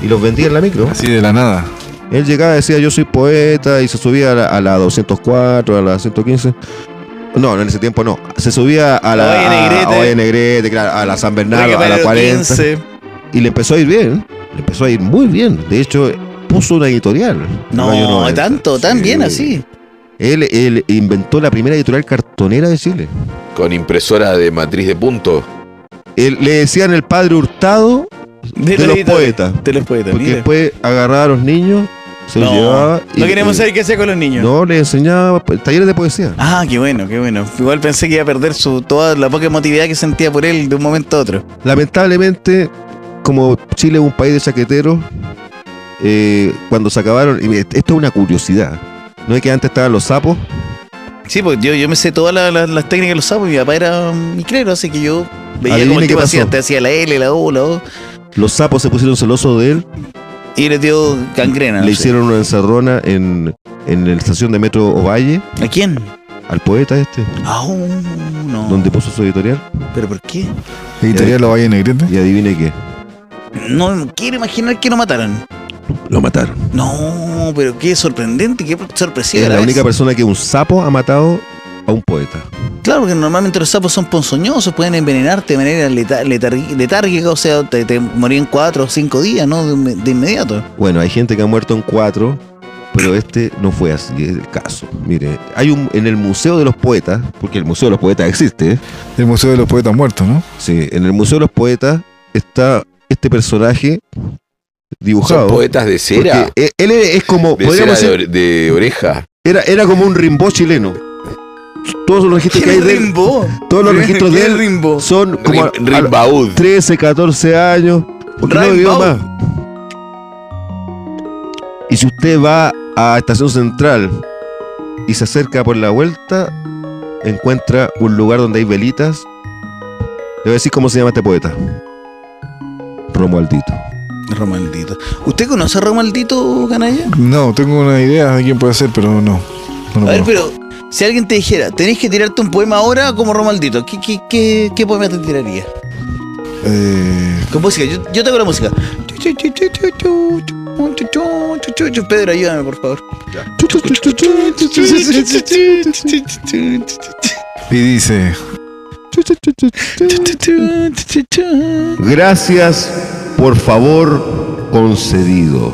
Speaker 5: Y los vendía en la micro.
Speaker 3: Así de la nada.
Speaker 5: Él llegaba y decía, yo soy poeta, y se subía a la, a la 204, a la 115. No, no, en ese tiempo no. Se subía a la
Speaker 2: Oye, Negrete.
Speaker 5: a- Oye, Negrete, claro, a la San Bernardo, a la
Speaker 2: Pedro
Speaker 5: 40.
Speaker 2: 15.
Speaker 5: Y le empezó a ir bien. Le empezó a ir muy bien. De hecho, puso una editorial. en los años
Speaker 2: No,
Speaker 5: 90.
Speaker 2: tanto, tan
Speaker 5: Sí.
Speaker 2: bien así.
Speaker 5: Él, él inventó la primera editorial cartonera de Chile.
Speaker 1: Con impresora de matriz de punto.
Speaker 5: Él- le decían el padre hurtado de, los
Speaker 2: editores.
Speaker 5: poetas.
Speaker 2: De los poetas,
Speaker 5: Porque
Speaker 2: mira.
Speaker 5: después agarraba a los niños, se los
Speaker 2: No,
Speaker 5: llevaba.
Speaker 2: no queremos saber qué hacía con los niños.
Speaker 5: No, le enseñaba pues, talleres de poesía.
Speaker 2: Ah, qué bueno, qué bueno. Igual pensé que iba a perder su, toda la poca emotividad que sentía por él de un momento a otro.
Speaker 5: Lamentablemente, como Chile es un país de chaqueteros, eh, cuando se acabaron. y mire, esto es una curiosidad. No es que antes estaban los sapos.
Speaker 2: Sí, porque yo, yo me sé todas las- las- las técnicas de los sapos. Mi papá era micrero, así que yo veía
Speaker 5: Adivine
Speaker 2: cómo el tipo
Speaker 5: qué
Speaker 2: hacía.
Speaker 5: pasó.
Speaker 2: Te hacía la L, la U, la O.
Speaker 5: Los sapos se pusieron celosos de él
Speaker 2: Y le dio gangrena. no
Speaker 5: Le
Speaker 2: sé.
Speaker 5: hicieron una encerrona en, en la estación de metro Ovalle,
Speaker 2: ¿A quién?
Speaker 5: al poeta este,
Speaker 2: Ah, oh, no.
Speaker 5: donde puso su editorial.
Speaker 2: ¿Pero por qué?
Speaker 3: Editorial Lo Valle Negrete.
Speaker 5: Y adivine qué,
Speaker 2: No quiero imaginar que lo mataron.
Speaker 5: lo mataron.
Speaker 2: No, pero qué sorprendente, qué sorpresiva.
Speaker 5: es
Speaker 2: la
Speaker 5: la
Speaker 2: vez.
Speaker 5: única persona que un sapo ha matado a un poeta.
Speaker 2: Claro, porque normalmente los sapos son ponzoñosos, pueden envenenarte de manera leta- letar- letárgica, o sea, te, te morí en cuatro o cinco días, ¿no? De, inme- de inmediato.
Speaker 5: Bueno, hay gente que ha muerto en cuatro, pero este no fue así es el caso. Mire, hay un en el Museo de los Poetas, porque el Museo de los Poetas existe, ¿eh?
Speaker 3: El Museo de los Poetas Muertos, ¿no?
Speaker 5: sí, en el Museo de los Poetas está este personaje
Speaker 1: Son
Speaker 5: dibujado.
Speaker 1: poetas de
Speaker 5: Porque
Speaker 1: cera.
Speaker 5: e- él es es como,
Speaker 1: De cera
Speaker 5: podríamos
Speaker 1: de,
Speaker 5: decir,
Speaker 1: ore- de oreja.
Speaker 5: Era, era como un rimbó chileno. Todos los registros que hay de él,
Speaker 2: rimbo?
Speaker 5: todos los registros de él
Speaker 2: rimbo?
Speaker 5: son como a-
Speaker 1: Rim- Rimbaud.
Speaker 5: a 13, 14 años. Porque no vivió
Speaker 2: Rimbaud.
Speaker 5: más. Y si usted va a Estación Central y se acerca por la vuelta, encuentra un lugar donde hay velitas. Le voy a decir cómo se llama este poeta. Romualdito.
Speaker 2: Romaldito. ¿Usted conoce a Romaldito, canalla?
Speaker 3: No, tengo una idea de quién puede ser, pero no. no lo
Speaker 2: A ver,
Speaker 3: conozco.
Speaker 2: pero si alguien te dijera, tenés que tirarte un poema ahora como Romaldito, ¿qué, qué, qué, qué poema te tiraría?
Speaker 3: Eh,
Speaker 2: Con música, yo, yo te hago la música. Pedro, ayúdame, por favor.
Speaker 3: y dice:
Speaker 5: Gracias por favor concedido.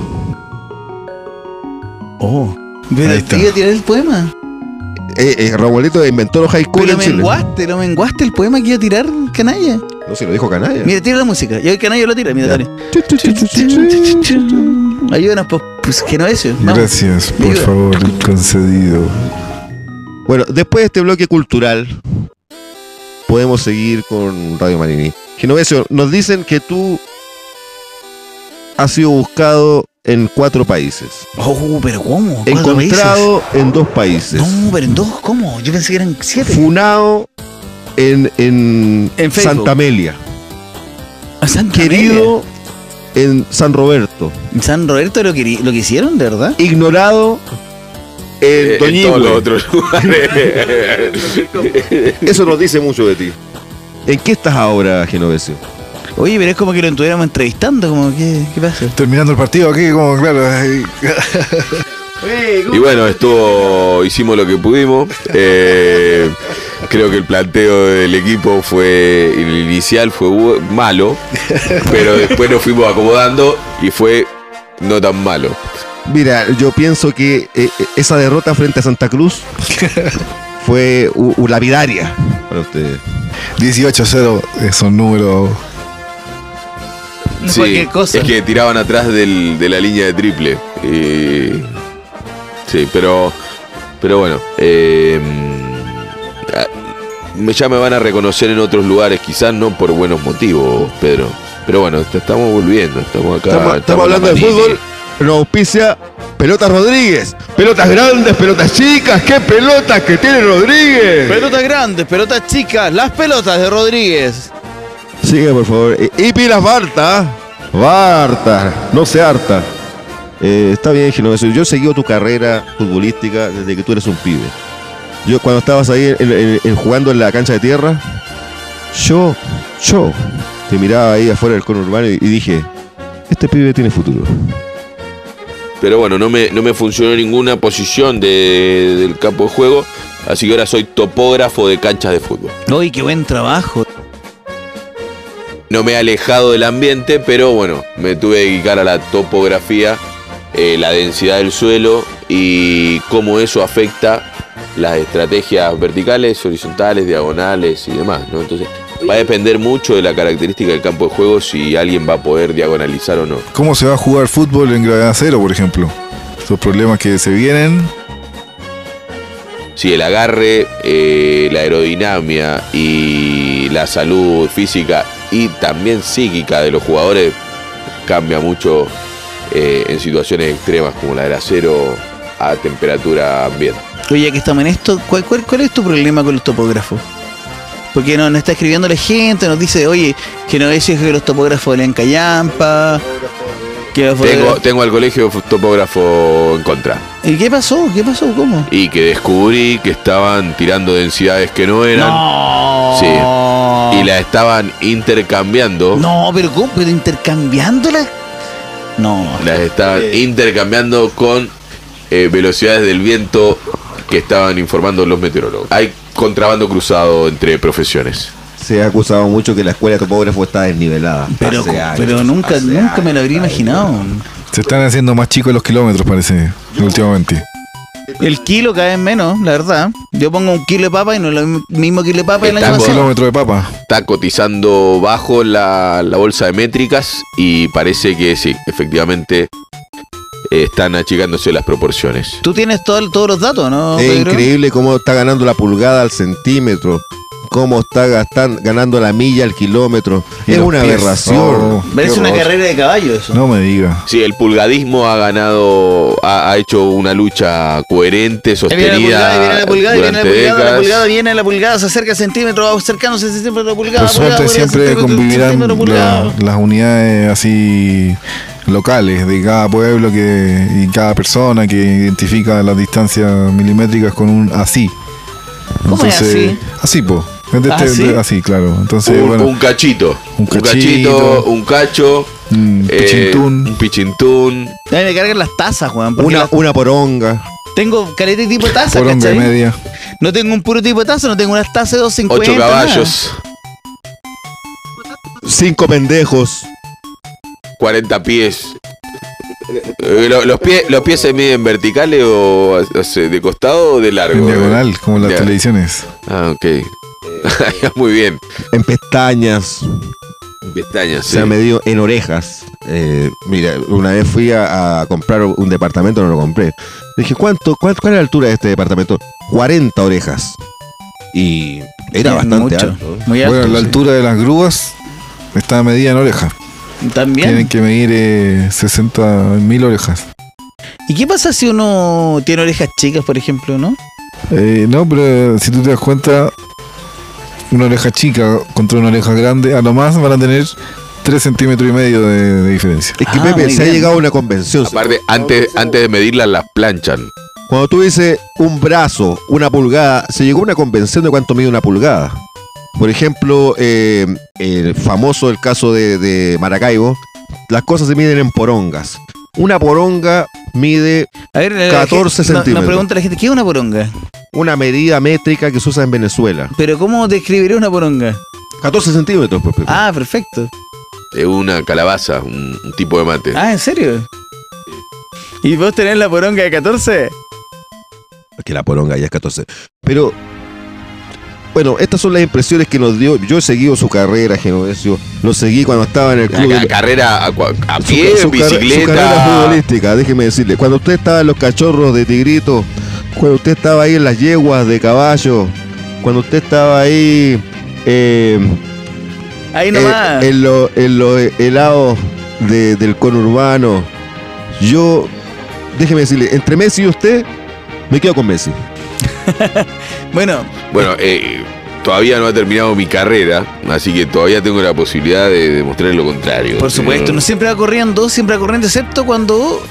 Speaker 2: Oh,
Speaker 3: Ahí
Speaker 2: pero
Speaker 3: está.
Speaker 2: tío, tirar el poema.
Speaker 5: Eh, eh, Raulito inventó los high school
Speaker 2: Pero
Speaker 5: en
Speaker 2: me
Speaker 5: Chile.
Speaker 2: menguaste, lo menguaste el poema que iba a tirar, canalla.
Speaker 5: No se lo dijo Canalla.
Speaker 2: Mira, tira la música. Yo el canalla lo tira, mira,
Speaker 5: Ya.
Speaker 2: Tony. Ayúdanos, pues, pues que no es eso. Vamos.
Speaker 3: Gracias, por
Speaker 2: Diga.
Speaker 3: favor, concedido.
Speaker 5: Bueno, después de este bloque cultural, podemos seguir con Radio Marini. Genovesio, nos dicen que tú has sido buscado en cuatro países.
Speaker 2: Oh, pero ¿cómo? ¿Cuatro países?
Speaker 5: Encontrado en dos países.
Speaker 2: No, pero en dos, ¿cómo? Yo pensé que eran siete.
Speaker 5: Funado en, en,
Speaker 2: En Facebook.
Speaker 5: Santa Amelia.
Speaker 2: Ah, Santa
Speaker 5: Querido en San Roberto.
Speaker 2: Amelia. San Roberto lo, queri- lo que hicieron, de verdad.
Speaker 5: Ignorado en
Speaker 1: Eh, en
Speaker 5: Doñihue.
Speaker 1: todos los otros lugares.
Speaker 5: Eso nos dice mucho de ti. ¿En qué estás ahora, Genovesio?
Speaker 2: Oye, pero es como que lo estuviéramos entrevistando, como que, ¿qué pasa?
Speaker 3: Terminando el partido aquí, como claro. eh, ahí.
Speaker 1: Y bueno, estuvo, hicimos lo que pudimos. Eh, creo que el planteo del equipo fue el inicial fue bu- malo, pero después nos fuimos acomodando y fue no tan malo.
Speaker 5: Mira, yo pienso que eh, eh, esa derrota frente a Santa Cruz fue u- u- lapidaria para ustedes.
Speaker 3: 18-0 es un número.
Speaker 2: Cualquier cosa.
Speaker 1: es que tiraban atrás del- de la línea de triple. Y- sí, pero, pero bueno. eh, ah, me- ya me van a reconocer en otros lugares, quizás no por buenos motivos, Pedro. Pero bueno, te estamos volviendo, estamos acá.
Speaker 5: estamos, estamos hablando de
Speaker 1: en la Manini.
Speaker 5: fútbol, nos auspicia Pelotas Rodríguez. Pelotas grandes, pelotas chicas, qué pelotas que tiene Rodríguez.
Speaker 2: Pelotas grandes, pelotas chicas, las pelotas de Rodríguez.
Speaker 5: Sigue, por favor. Eh, Y- Y pilas Barta. Barta, no se harta. Eh, está bien, Genovesio. Yo he seguido tu carrera futbolística desde que tú eres un pibe. Yo cuando estabas ahí en- en- en- jugando en la cancha de tierra, yo, yo, te miraba ahí afuera del conurbano y, y dije, este pibe tiene futuro.
Speaker 1: Pero bueno, no me, no me funcionó ninguna posición de- del campo de juego, así que ahora soy topógrafo de canchas de fútbol.
Speaker 2: Uy, qué buen trabajo.
Speaker 1: No me he alejado del ambiente, pero bueno, me tuve que dedicar a la topografía, eh, la densidad del suelo y cómo eso afecta las estrategias verticales, horizontales, diagonales y demás, ¿no? Entonces, va a depender mucho de la característica del campo de juego si alguien va a poder diagonalizar o no.
Speaker 3: ¿Cómo se va a jugar fútbol en gravedad cero, por ejemplo? Esos problemas que se vienen.
Speaker 1: Sí, el agarre, eh, la aerodinámica y la salud física y también psíquica de los jugadores cambia mucho eh, en situaciones extremas como la del acero a temperatura ambiente.
Speaker 2: Oye, ya que estamos en esto, ¿cuál, cuál, cuál es tu problema con los topógrafos? Porque no, nos está escribiendo la gente, nos dice, oye, que no es que los topógrafos lean callampa. Que los
Speaker 1: Tengo,
Speaker 2: fotógrafos-
Speaker 1: tengo al colegio topógrafo en contra
Speaker 2: ¿Y qué pasó? ¿Qué pasó? ¿Cómo?
Speaker 1: y que descubrí que estaban tirando densidades que no eran
Speaker 2: No.
Speaker 1: y la estaban intercambiando.
Speaker 2: No, pero ¿cómo? ¿Pero intercambiándola? No.
Speaker 1: las estaban intercambiando con eh, velocidades del viento que estaban informando los meteorólogos. Hay contrabando cruzado entre profesiones.
Speaker 5: Se ha acusado mucho que la escuela de topógrafo está desnivelada.
Speaker 2: Pero, pero nunca, nunca me lo habría imaginado.
Speaker 3: Se están haciendo más chicos los kilómetros, parece, últimamente.
Speaker 2: El kilo cada vez menos, la verdad. Yo pongo un kilo de papa y no es lo mi- mismo kilo de papa del año
Speaker 1: Está
Speaker 3: Un
Speaker 1: con-
Speaker 2: pasado.
Speaker 3: kilómetro de papa.
Speaker 1: Está cotizando bajo la, la bolsa de métricas y parece que sí, efectivamente eh, están achicándose las proporciones.
Speaker 2: Tú tienes todo el- todos los datos, ¿no?
Speaker 5: Es
Speaker 2: Pedro?
Speaker 5: increíble cómo está ganando la pulgada al centímetro, cómo está gastan- ganando la milla al kilómetro.
Speaker 3: Y
Speaker 5: es
Speaker 3: los
Speaker 5: una
Speaker 3: pies.
Speaker 5: aberración.
Speaker 3: Oh,
Speaker 2: Parece
Speaker 3: qué
Speaker 2: una
Speaker 3: horror.
Speaker 2: carrera de caballo eso.
Speaker 3: No me diga.
Speaker 1: Sí, el pulgadismo ha ganado, ha, ha hecho una lucha coherente,
Speaker 2: Ahí viene la pulgada, ahí viene
Speaker 1: sostenida
Speaker 2: la pulgada, ahí viene la
Speaker 1: durante
Speaker 2: pulgada, la pulgada,
Speaker 1: décadas.
Speaker 2: viene la pulgada, se acerca centímetros, va acercándose centímetro, pulgada,
Speaker 3: Por
Speaker 2: pulgada,
Speaker 3: suerte
Speaker 2: pulgada,
Speaker 3: siempre
Speaker 1: este
Speaker 2: centímetro,
Speaker 3: convivirán
Speaker 2: centímetro, pulgada.
Speaker 3: la- las unidades así locales de cada pueblo que, y cada persona que identifica las distancias milimétricas con un así.
Speaker 2: ¿Cómo es así?
Speaker 3: Así, po. Es de
Speaker 2: ¿Ah,
Speaker 3: este-
Speaker 2: sí?
Speaker 3: de- así, claro. Entonces,
Speaker 1: Un,
Speaker 3: bueno,
Speaker 1: un cachito,
Speaker 3: Un
Speaker 1: un cachito,
Speaker 3: cachito.
Speaker 1: un cacho,
Speaker 3: un
Speaker 1: eh,
Speaker 3: mm, pichintún.
Speaker 1: un pichintún,
Speaker 2: Ahí me cargan las tazas, Juan.
Speaker 5: Una, una poronga.
Speaker 2: Tengo caleta y tipo taza,
Speaker 3: Por hombre
Speaker 2: ¿cachai?
Speaker 3: media.
Speaker 2: No tengo un puro tipo de taza, no tengo una taza de 250.
Speaker 1: 8
Speaker 2: nada.
Speaker 1: caballos,
Speaker 5: Cinco pendejos.
Speaker 1: 40 pies. Eh, lo- los, pies, ¿Los pies se miden verticales o hace- de costado o de largo?
Speaker 3: En diagonal, como las
Speaker 1: Ya.
Speaker 3: televisiones.
Speaker 1: Ah, ok.
Speaker 2: Eh,
Speaker 1: Muy bien.
Speaker 5: En pestañas.
Speaker 1: Pestañas, sí.
Speaker 5: Se ha medido en orejas. Eh, mira, una vez fui a, a comprar un departamento, no lo compré. Dije, ¿cuánto, cuál, ¿cuál es la altura de este departamento? 40 orejas. Y era
Speaker 2: Es
Speaker 5: bastante
Speaker 2: mucho,
Speaker 5: alto.
Speaker 2: Muy alto.
Speaker 3: Bueno, la
Speaker 2: sí.
Speaker 3: altura de las grúas está medida en orejas.
Speaker 2: También.
Speaker 3: Tienen que medir eh, 60 mil orejas.
Speaker 2: ¿Y qué pasa si uno tiene orejas chicas, por ejemplo, no?
Speaker 3: Eh, no, pero si tú te das cuenta, una oreja chica contra una oreja grande, a lo más van a tener 3 centímetros y medio de, de diferencia.
Speaker 5: Es que
Speaker 2: Ah,
Speaker 5: Pepe,
Speaker 2: muy
Speaker 5: se ha
Speaker 2: bien.
Speaker 5: llegado a una convención.
Speaker 1: Aparte, antes, antes de medirlas, las planchan.
Speaker 5: Cuando tú dices un brazo, una pulgada, se llegó a una convención de cuánto mide una pulgada. Por ejemplo, eh, el famoso el caso de, de Maracaibo, las cosas se miden en porongas. Una poronga mide
Speaker 2: A ver, la
Speaker 5: 14
Speaker 2: gente- no-
Speaker 5: centímetros.
Speaker 2: Nos pregunta la gente, ¿qué es una poronga?
Speaker 5: una medida métrica que se usa en Venezuela.
Speaker 2: ¿Pero cómo describiría una poronga?
Speaker 5: 14 centímetros, pues, Pepe.
Speaker 2: Ah, perfecto.
Speaker 1: Es una calabaza, un, un tipo de mate.
Speaker 2: Ah, ¿en serio? ¿Y vos tenés la poronga de 14?
Speaker 5: Que la poronga ya es 14. Pero, bueno, estas son las impresiones que nos dio. Yo he seguido su carrera, Genovesio. Lo seguí cuando estaba en el
Speaker 1: La
Speaker 5: club.
Speaker 1: ca-
Speaker 5: de-
Speaker 1: carrera a, cua- a
Speaker 5: su-
Speaker 1: pie,
Speaker 5: su car-
Speaker 1: bicicleta.
Speaker 5: Su carrera futbolística, déjeme decirle. Cuando usted estaba en los cachorros de Tigrito, cuando usted estaba ahí en las yeguas de caballo, cuando usted estaba ahí eh,
Speaker 2: Ahí
Speaker 5: eh,
Speaker 2: nomás.
Speaker 5: en los en los helados de- del conurbano, yo, déjeme decirle, entre Messi y usted, me quedo con Messi.
Speaker 2: Bueno,
Speaker 1: Bueno, eh, todavía no ha terminado mi carrera, así que todavía tengo la posibilidad de demostrar lo contrario. Eh,
Speaker 2: por supuesto, no siempre va corriendo, siempre va corriendo, excepto cuando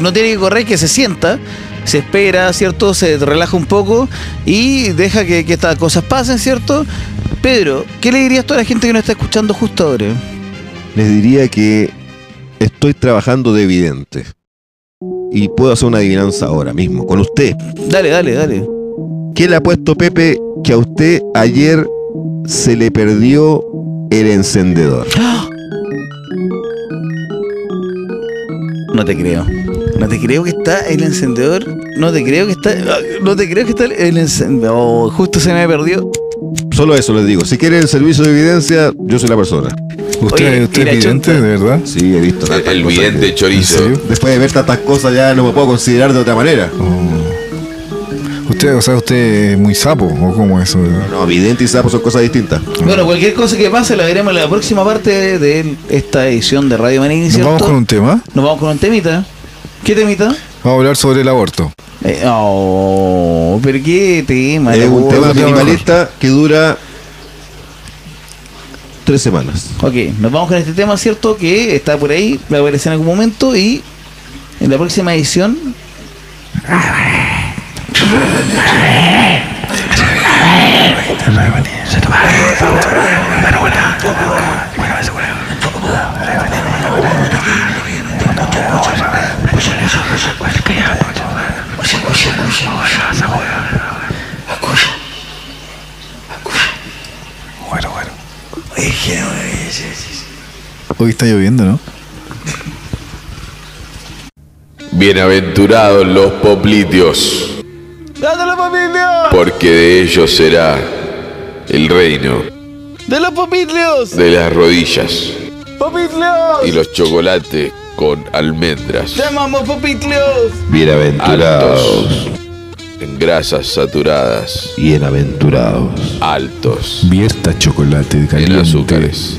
Speaker 2: no tiene que correr, que se sienta, se espera, ¿cierto? Se relaja un poco y deja que, que estas cosas pasen, ¿cierto? Pedro, ¿qué le dirías tú a la gente que nos está escuchando justo ahora?
Speaker 5: Les diría que estoy trabajando de vidente. Y puedo hacer una adivinanza ahora mismo, con usted.
Speaker 2: Dale, dale, dale.
Speaker 5: ¿Qué le ha puesto Pepe que a usted ayer se le perdió el encendedor?
Speaker 2: No te creo. No te creo que está el encendedor. No te creo que está. ah, No te creo que está el- el encendedor. Oh, justo se me perdió.
Speaker 5: Solo eso les digo. Si quieren el servicio de evidencia, yo soy la persona.
Speaker 3: ¿Usted,
Speaker 2: Oye,
Speaker 3: usted
Speaker 2: mira,
Speaker 3: es vidente,
Speaker 2: chunta.
Speaker 3: de verdad?
Speaker 5: Sí, he visto
Speaker 1: El,
Speaker 5: tantas
Speaker 1: el
Speaker 5: cosas
Speaker 1: vidente
Speaker 5: que-
Speaker 1: chorizo.
Speaker 3: ¿En serio?
Speaker 5: Después de ver tantas cosas ya no me puedo considerar de otra manera.
Speaker 3: Oh. Usted, o sea, usted es muy sapo, o cómo es eso.
Speaker 5: No, vidente y sapo son cosas distintas.
Speaker 2: Bueno, cualquier cosa que pase la veremos en la próxima parte de esta edición de Radio Manini,
Speaker 3: Nos
Speaker 2: ¿cierto?
Speaker 3: vamos con un tema.
Speaker 2: Nos vamos con un temita. ¿Qué temita?
Speaker 3: Vamos a hablar sobre el aborto.
Speaker 2: Eh, oh, pero qué tema.
Speaker 5: es un
Speaker 2: loco.
Speaker 5: tema
Speaker 3: no, no,
Speaker 5: minimalista que dura tres semanas.
Speaker 2: Ok, nos vamos con este tema, ¿cierto? Que está por ahí, va a aparecer en algún momento y en la próxima edición.
Speaker 3: Hoy está lloviendo, ¿no?
Speaker 1: Bienaventurados los poplitios,
Speaker 2: ¡Dale los papilios!
Speaker 1: porque de ellos será el reino
Speaker 2: ¡De los papilios!
Speaker 1: de las rodillas
Speaker 2: ¡Papilios!
Speaker 1: y los chocolates con almendras.
Speaker 2: amamos, papilios!
Speaker 5: Bienaventurados.
Speaker 1: Altos en grasas saturadas,
Speaker 5: Bienaventurados.
Speaker 1: altos
Speaker 3: Vierta chocolate
Speaker 1: en azúcares.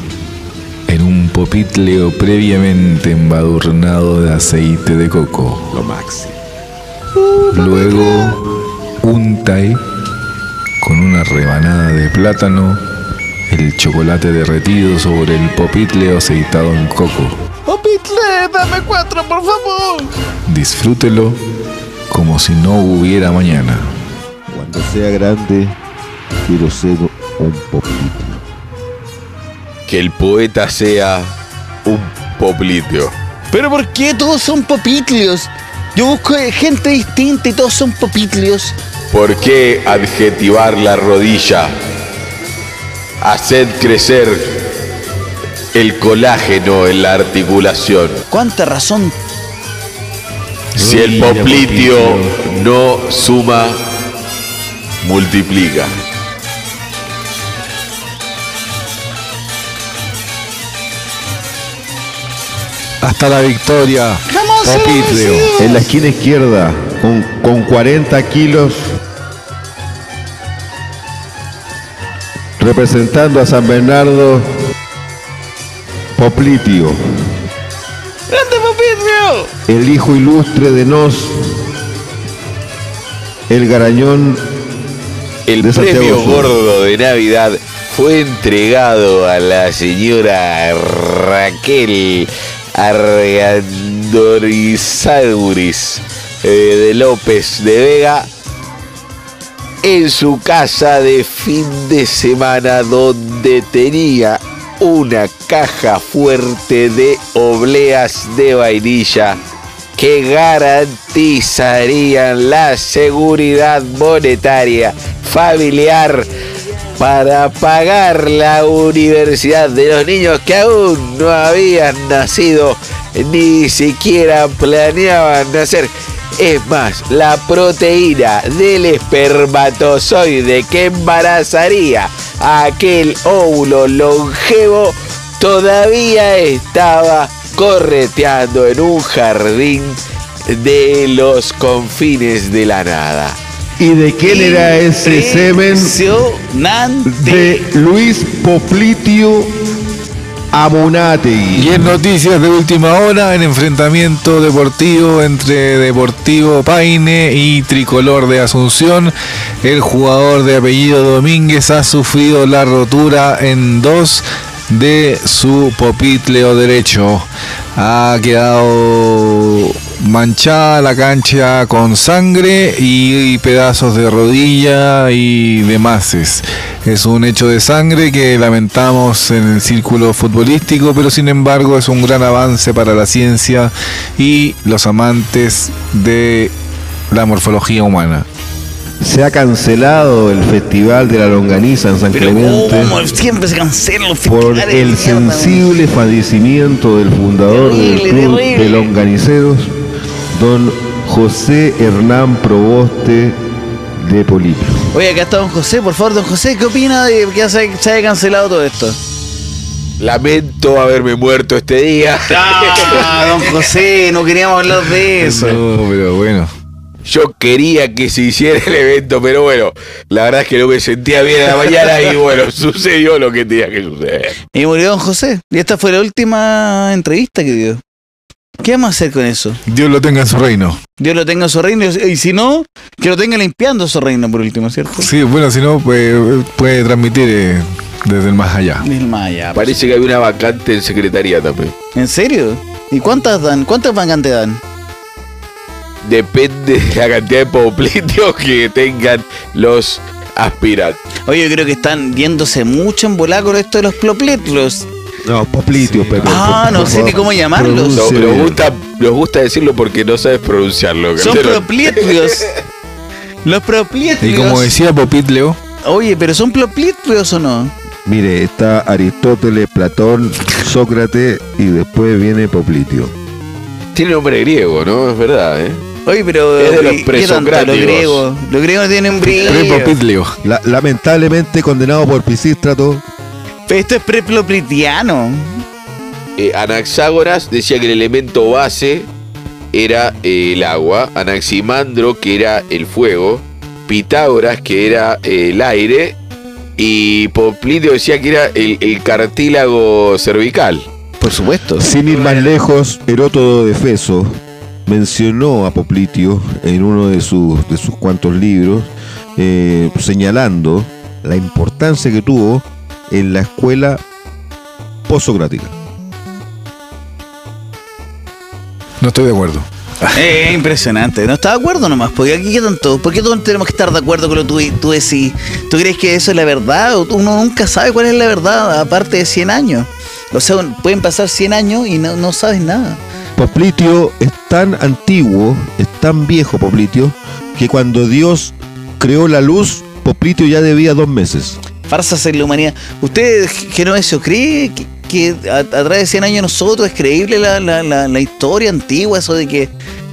Speaker 3: en un popitleo previamente embadurnado de aceite de coco. Lo máximo. Luego un tai con una rebanada de plátano, el chocolate derretido sobre el popitleo aceitado en coco.
Speaker 2: ¡Papitle, dame cuatro, por favor!
Speaker 3: Disfrútelo como si no hubiera mañana.
Speaker 5: Cuando sea grande, quiero ser un poquito.
Speaker 1: Que el poeta sea un poplitio.
Speaker 2: ¿Pero por qué todos son papitlios? Yo busco eh, gente distinta y todos son papitlios.
Speaker 1: ¿Por qué adjetivar la rodilla? Haced crecer el colágeno en la articulación.
Speaker 2: ¿Cuánta razón?
Speaker 1: Si el
Speaker 3: Rodilla,
Speaker 1: poplitio no suma, multiplica.
Speaker 3: Hasta la victoria. Popitlio.
Speaker 5: En la esquina izquierda, con, con 40 kilos, representando a San Bernardo, Poplitio. El hijo ilustre de Nos, el garañón
Speaker 1: El
Speaker 5: De Santiago
Speaker 1: premio
Speaker 5: Sur.
Speaker 1: gordo de Navidad fue entregado a la señora Raquel Argandorisauris eh, de López de Vega en su casa de fin de semana donde tenía una caja fuerte de obleas de vainilla que garantizarían la seguridad monetaria familiar para pagar la universidad de los niños que aún no habían nacido ni siquiera planeaban nacer. Es más, la proteína del espermatozoide que embarazaría a aquel óvulo longevo todavía estaba correteando en un jardín de los confines de la nada.
Speaker 5: y de quién era ese semen
Speaker 2: Impresionante.
Speaker 5: de Luis Poplitio Amunategui.
Speaker 3: Y en noticias de última hora, en enfrentamiento deportivo entre Deportivo Paine y Tricolor de Asunción, el jugador de apellido Domínguez ha sufrido la rotura en dos de su popitleo derecho. Ha quedado manchada la cancha con sangre y pedazos de rodilla y demás. Es un hecho de sangre que lamentamos en el círculo futbolístico, pero sin embargo es un gran avance para la ciencia y los amantes de la morfología humana.
Speaker 5: Se ha cancelado el Festival de la Longaniza en San
Speaker 2: Pero
Speaker 5: Clemente
Speaker 2: cómo siempre se cancelan los
Speaker 5: por
Speaker 2: festivales de
Speaker 5: el
Speaker 2: mierda, weón.
Speaker 5: sensible fallecimiento del fundador
Speaker 2: Terrible,
Speaker 5: del Club
Speaker 2: terrible.
Speaker 5: de Longaniceros, don José Hernán Proboste de Polipio.
Speaker 2: Oye, acá está don José, por favor, don José, ¿qué opina de que ya se, se haya cancelado todo esto?
Speaker 1: Lamento haberme muerto este día.
Speaker 2: Ah, don José, no queríamos hablar de eso.
Speaker 3: No, pero bueno.
Speaker 1: Yo quería que se hiciera el evento, pero bueno, la verdad es que no me sentía bien a la mañana y bueno, sucedió lo que tenía que suceder.
Speaker 2: Y murió don José. Y esta fue la última entrevista que dio. ¿Qué vamos a hacer con eso?
Speaker 3: Dios lo tenga en su reino.
Speaker 2: Dios lo tenga en su reino y y si no, que lo tenga limpiando su reino por último, ¿cierto?
Speaker 3: Sí, bueno, si no, pues, puede transmitir eh, desde el más allá.
Speaker 2: Del Maya. pues.
Speaker 1: Parece que había una vacante en secretaría también.
Speaker 2: ¿En serio? ¿Y cuántas dan? ¿Cuántas vacantes dan?
Speaker 1: Depende de la cantidad de poplitios que tengan los aspirantes.
Speaker 2: Oye, yo creo que están yéndose mucho en volar con esto de los plopletlos.
Speaker 5: No, Poplitio, Pepe.
Speaker 2: Ah, no sé ni cómo llamarlos.
Speaker 1: No,
Speaker 5: Produce
Speaker 1: pero
Speaker 5: bien.
Speaker 1: gusta, nos gusta decirlo porque no sabes pronunciarlo.
Speaker 2: Son
Speaker 1: ¿entendés?
Speaker 2: plopletlios. Los
Speaker 3: Y como
Speaker 2: plopletlios.
Speaker 3: decía Popitleo,
Speaker 2: Oye, pero son plopletlios o no?
Speaker 5: Mire, está Aristóteles, Platón, Sócrates y después viene Poplitio.
Speaker 1: Tiene nombre griego, ¿no? Es verdad, ¿eh?
Speaker 2: Oye, pero
Speaker 1: Es de los
Speaker 2: ¿qué tanto? los
Speaker 1: presocráticos.
Speaker 2: griegos. Los griegos tienen brillo.
Speaker 3: pre-Popitleo.
Speaker 5: La- lamentablemente condenado por Pisístrato,
Speaker 2: Esto es preplopletiano.
Speaker 1: Eh, Anaxágoras decía que el elemento base era eh, el agua, Anaximandro que era el fuego, Pitágoras que era eh, el aire y Poplitio decía que era el, el cartílago cervical.
Speaker 2: Por supuesto.
Speaker 5: Sin ir más lejos, Heródoto de Feso mencionó a Poplitio en uno de sus, de sus cuantos libros, eh, señalando la importancia que tuvo en la escuela posocrática.
Speaker 3: No estoy de acuerdo.
Speaker 2: Eh, impresionante. No está de acuerdo nomás, porque aquí qué tanto. ¿Por qué todos tenemos que estar de acuerdo con lo que tú, tú decís? ¿Tú crees que eso es la verdad? O tú- Uno nunca sabe cuál es la verdad, aparte de 100 años. O sea, un- pueden pasar 100 años y no, no sabes nada.
Speaker 5: Poplitio es tan antiguo, es tan viejo Poplitio, que cuando Dios creó la luz, Poplitio ya debía dos meses.
Speaker 6: Farsas en la humanidad. ¿Usted, Genovesio, cree que, que a, a través de 100 años nosotros es creíble la, la- la- la historia antigua, eso de que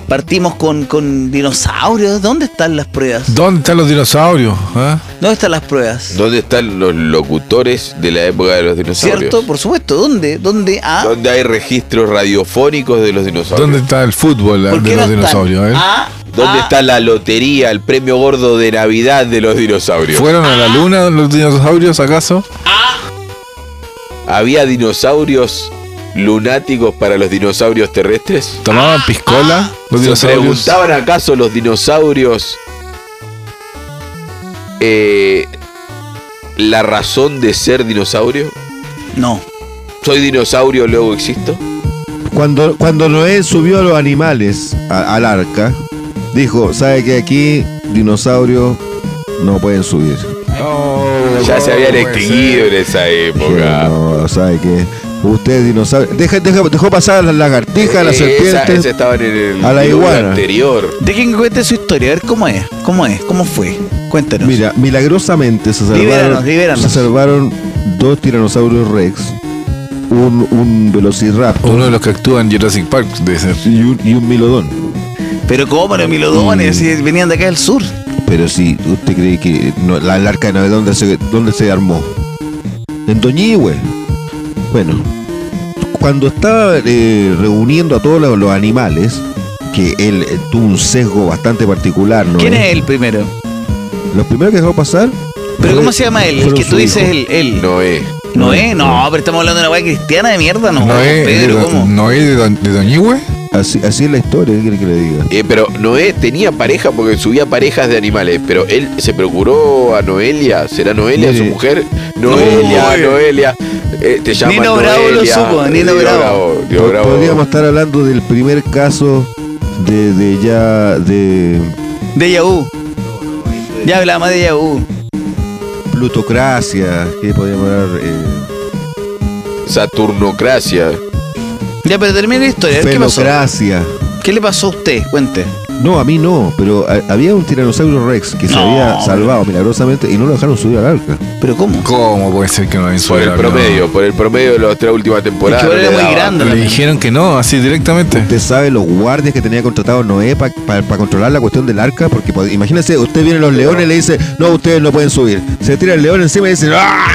Speaker 6: partimos con, con dinosaurios? ¿Dónde están las pruebas?
Speaker 3: ¿Dónde están los dinosaurios? ah?
Speaker 6: ¿Dónde están las pruebas?
Speaker 1: ¿Dónde están los locutores de la época de los dinosaurios?
Speaker 6: ¿Cierto? Ah. Por supuesto. ¿Dónde? ¿Dónde? ¿A?
Speaker 1: ¿Dónde hay registros radiofónicos de los dinosaurios?
Speaker 3: ¿Dónde está el fútbol ah,
Speaker 6: ¿Por
Speaker 3: de
Speaker 6: qué no
Speaker 3: los
Speaker 6: están? Ah.
Speaker 3: dinosaurios? eh?
Speaker 6: ¿A?
Speaker 1: ¿Dónde
Speaker 6: ¿A?
Speaker 1: está la lotería, el premio gordo de Navidad de los dinosaurios?
Speaker 3: ¿Fueron a la luna los dinosaurios acaso?
Speaker 1: ¿Había dinosaurios lunáticos para los dinosaurios terrestres?
Speaker 3: ¿Tomaban piscola
Speaker 6: Ah.
Speaker 3: los
Speaker 1: ¿Se
Speaker 3: dinosaurios?
Speaker 1: preguntaban acaso los dinosaurios eh, la razón de ser dinosaurio?
Speaker 6: No.
Speaker 1: ¿Soy dinosaurio, luego existo?
Speaker 5: Cuando, cuando Noé subió a los animales a- al arca, dijo, ¿sabe que aquí dinosaurios no pueden subir?
Speaker 1: Ya se habían
Speaker 3: puede
Speaker 1: extinguido en esa época.
Speaker 5: No, ¿sabe que Usted es dinosaurio. Deja, deja- dejó pasar a las lagartijas, a las
Speaker 1: Eh, Esa-
Speaker 5: serpientes.
Speaker 1: esa estaban en el
Speaker 5: a la
Speaker 1: lugar
Speaker 5: iguana.
Speaker 1: anterior.
Speaker 6: Dejen que cuente su historia, a ver cómo es. ¿Cómo es? ¿Cómo fue? Cuéntanos.
Speaker 5: Mira, milagrosamente se salvaron,
Speaker 6: Libéranos, libéranos.
Speaker 5: se salvaron dos tiranosaurios rex, un, un velociraptor
Speaker 3: Uno de los que actúa en Jurassic Park, debe ser.
Speaker 5: y un, y un milodón.
Speaker 6: Pero cómo los milodones si venían de acá del sur.
Speaker 5: Pero si usted cree que no- la, el arca de Noé, ¿dónde se, ¿dónde se armó? En Doñihue. Bueno, cuando estaba eh, reuniendo a todos los, los animales, que él eh, tuvo un sesgo bastante particular, ¿no? eh.
Speaker 6: ¿Quién es el primero?
Speaker 5: Los primeros que dejó pasar.
Speaker 6: ¿Pero
Speaker 5: fue-
Speaker 6: cómo se llama él? El
Speaker 5: fueron
Speaker 6: que
Speaker 5: su
Speaker 6: tú dices
Speaker 5: hijo.
Speaker 6: el, él.
Speaker 1: Noé.
Speaker 6: Noé, no, pero estamos hablando de una weá cristiana de mierda, no.
Speaker 3: ¿Noé,
Speaker 6: Pedro,
Speaker 3: de, Mm.
Speaker 6: ¿cómo?
Speaker 3: Noé de, Don- de Doñihue?
Speaker 5: Así, así es la historia, ¿qué quiere que le diga?
Speaker 1: Eh, pero Noé tenía pareja porque subía parejas de animales. Pero él se procuró a Noelia. ¿Será Noelia
Speaker 5: Mire.
Speaker 1: su mujer? Noelia,
Speaker 6: Uy.
Speaker 1: Noelia. Eh, te llaman
Speaker 6: Nino Bravo lo
Speaker 1: Noelia.
Speaker 6: supo, Nino Bravo.
Speaker 1: Nino
Speaker 5: Po-
Speaker 1: Bravo.
Speaker 5: Podríamos estar hablando del primer caso de, de ya de
Speaker 6: De Yahoo. Ya hablamos de Yahoo.
Speaker 5: plutocracia, que podríamos hablar eh,
Speaker 1: Saturnocracia.
Speaker 6: Ya, pero termina la historia. a ver ¿Qué pasó?
Speaker 5: felocracia.
Speaker 6: ¿Qué le pasó a usted? Cuente.
Speaker 5: No, a mí no, pero a- había un tiranosaurio rex que se
Speaker 6: No,
Speaker 5: había
Speaker 6: hombre.
Speaker 5: salvado milagrosamente y no lo dejaron subir al arca.
Speaker 6: ¿Pero cómo?
Speaker 3: ¿Cómo puede ser que no habían
Speaker 1: Por el
Speaker 3: subido,
Speaker 1: promedio, por el promedio de las tres últimas
Speaker 6: Porque
Speaker 1: temporadas.
Speaker 6: ahora
Speaker 1: no
Speaker 6: era
Speaker 1: le
Speaker 6: muy
Speaker 1: daba.
Speaker 3: no?
Speaker 6: grande.
Speaker 3: Le
Speaker 6: la-
Speaker 3: dijeron que no, así directamente.
Speaker 5: Usted sabe los guardias que tenía contratado Noé para controlar la cuestión del arca, porque pod- imagínense, usted viene los leones y le dice, no, ustedes no pueden subir. Se tira el león encima y dice, ¡ah!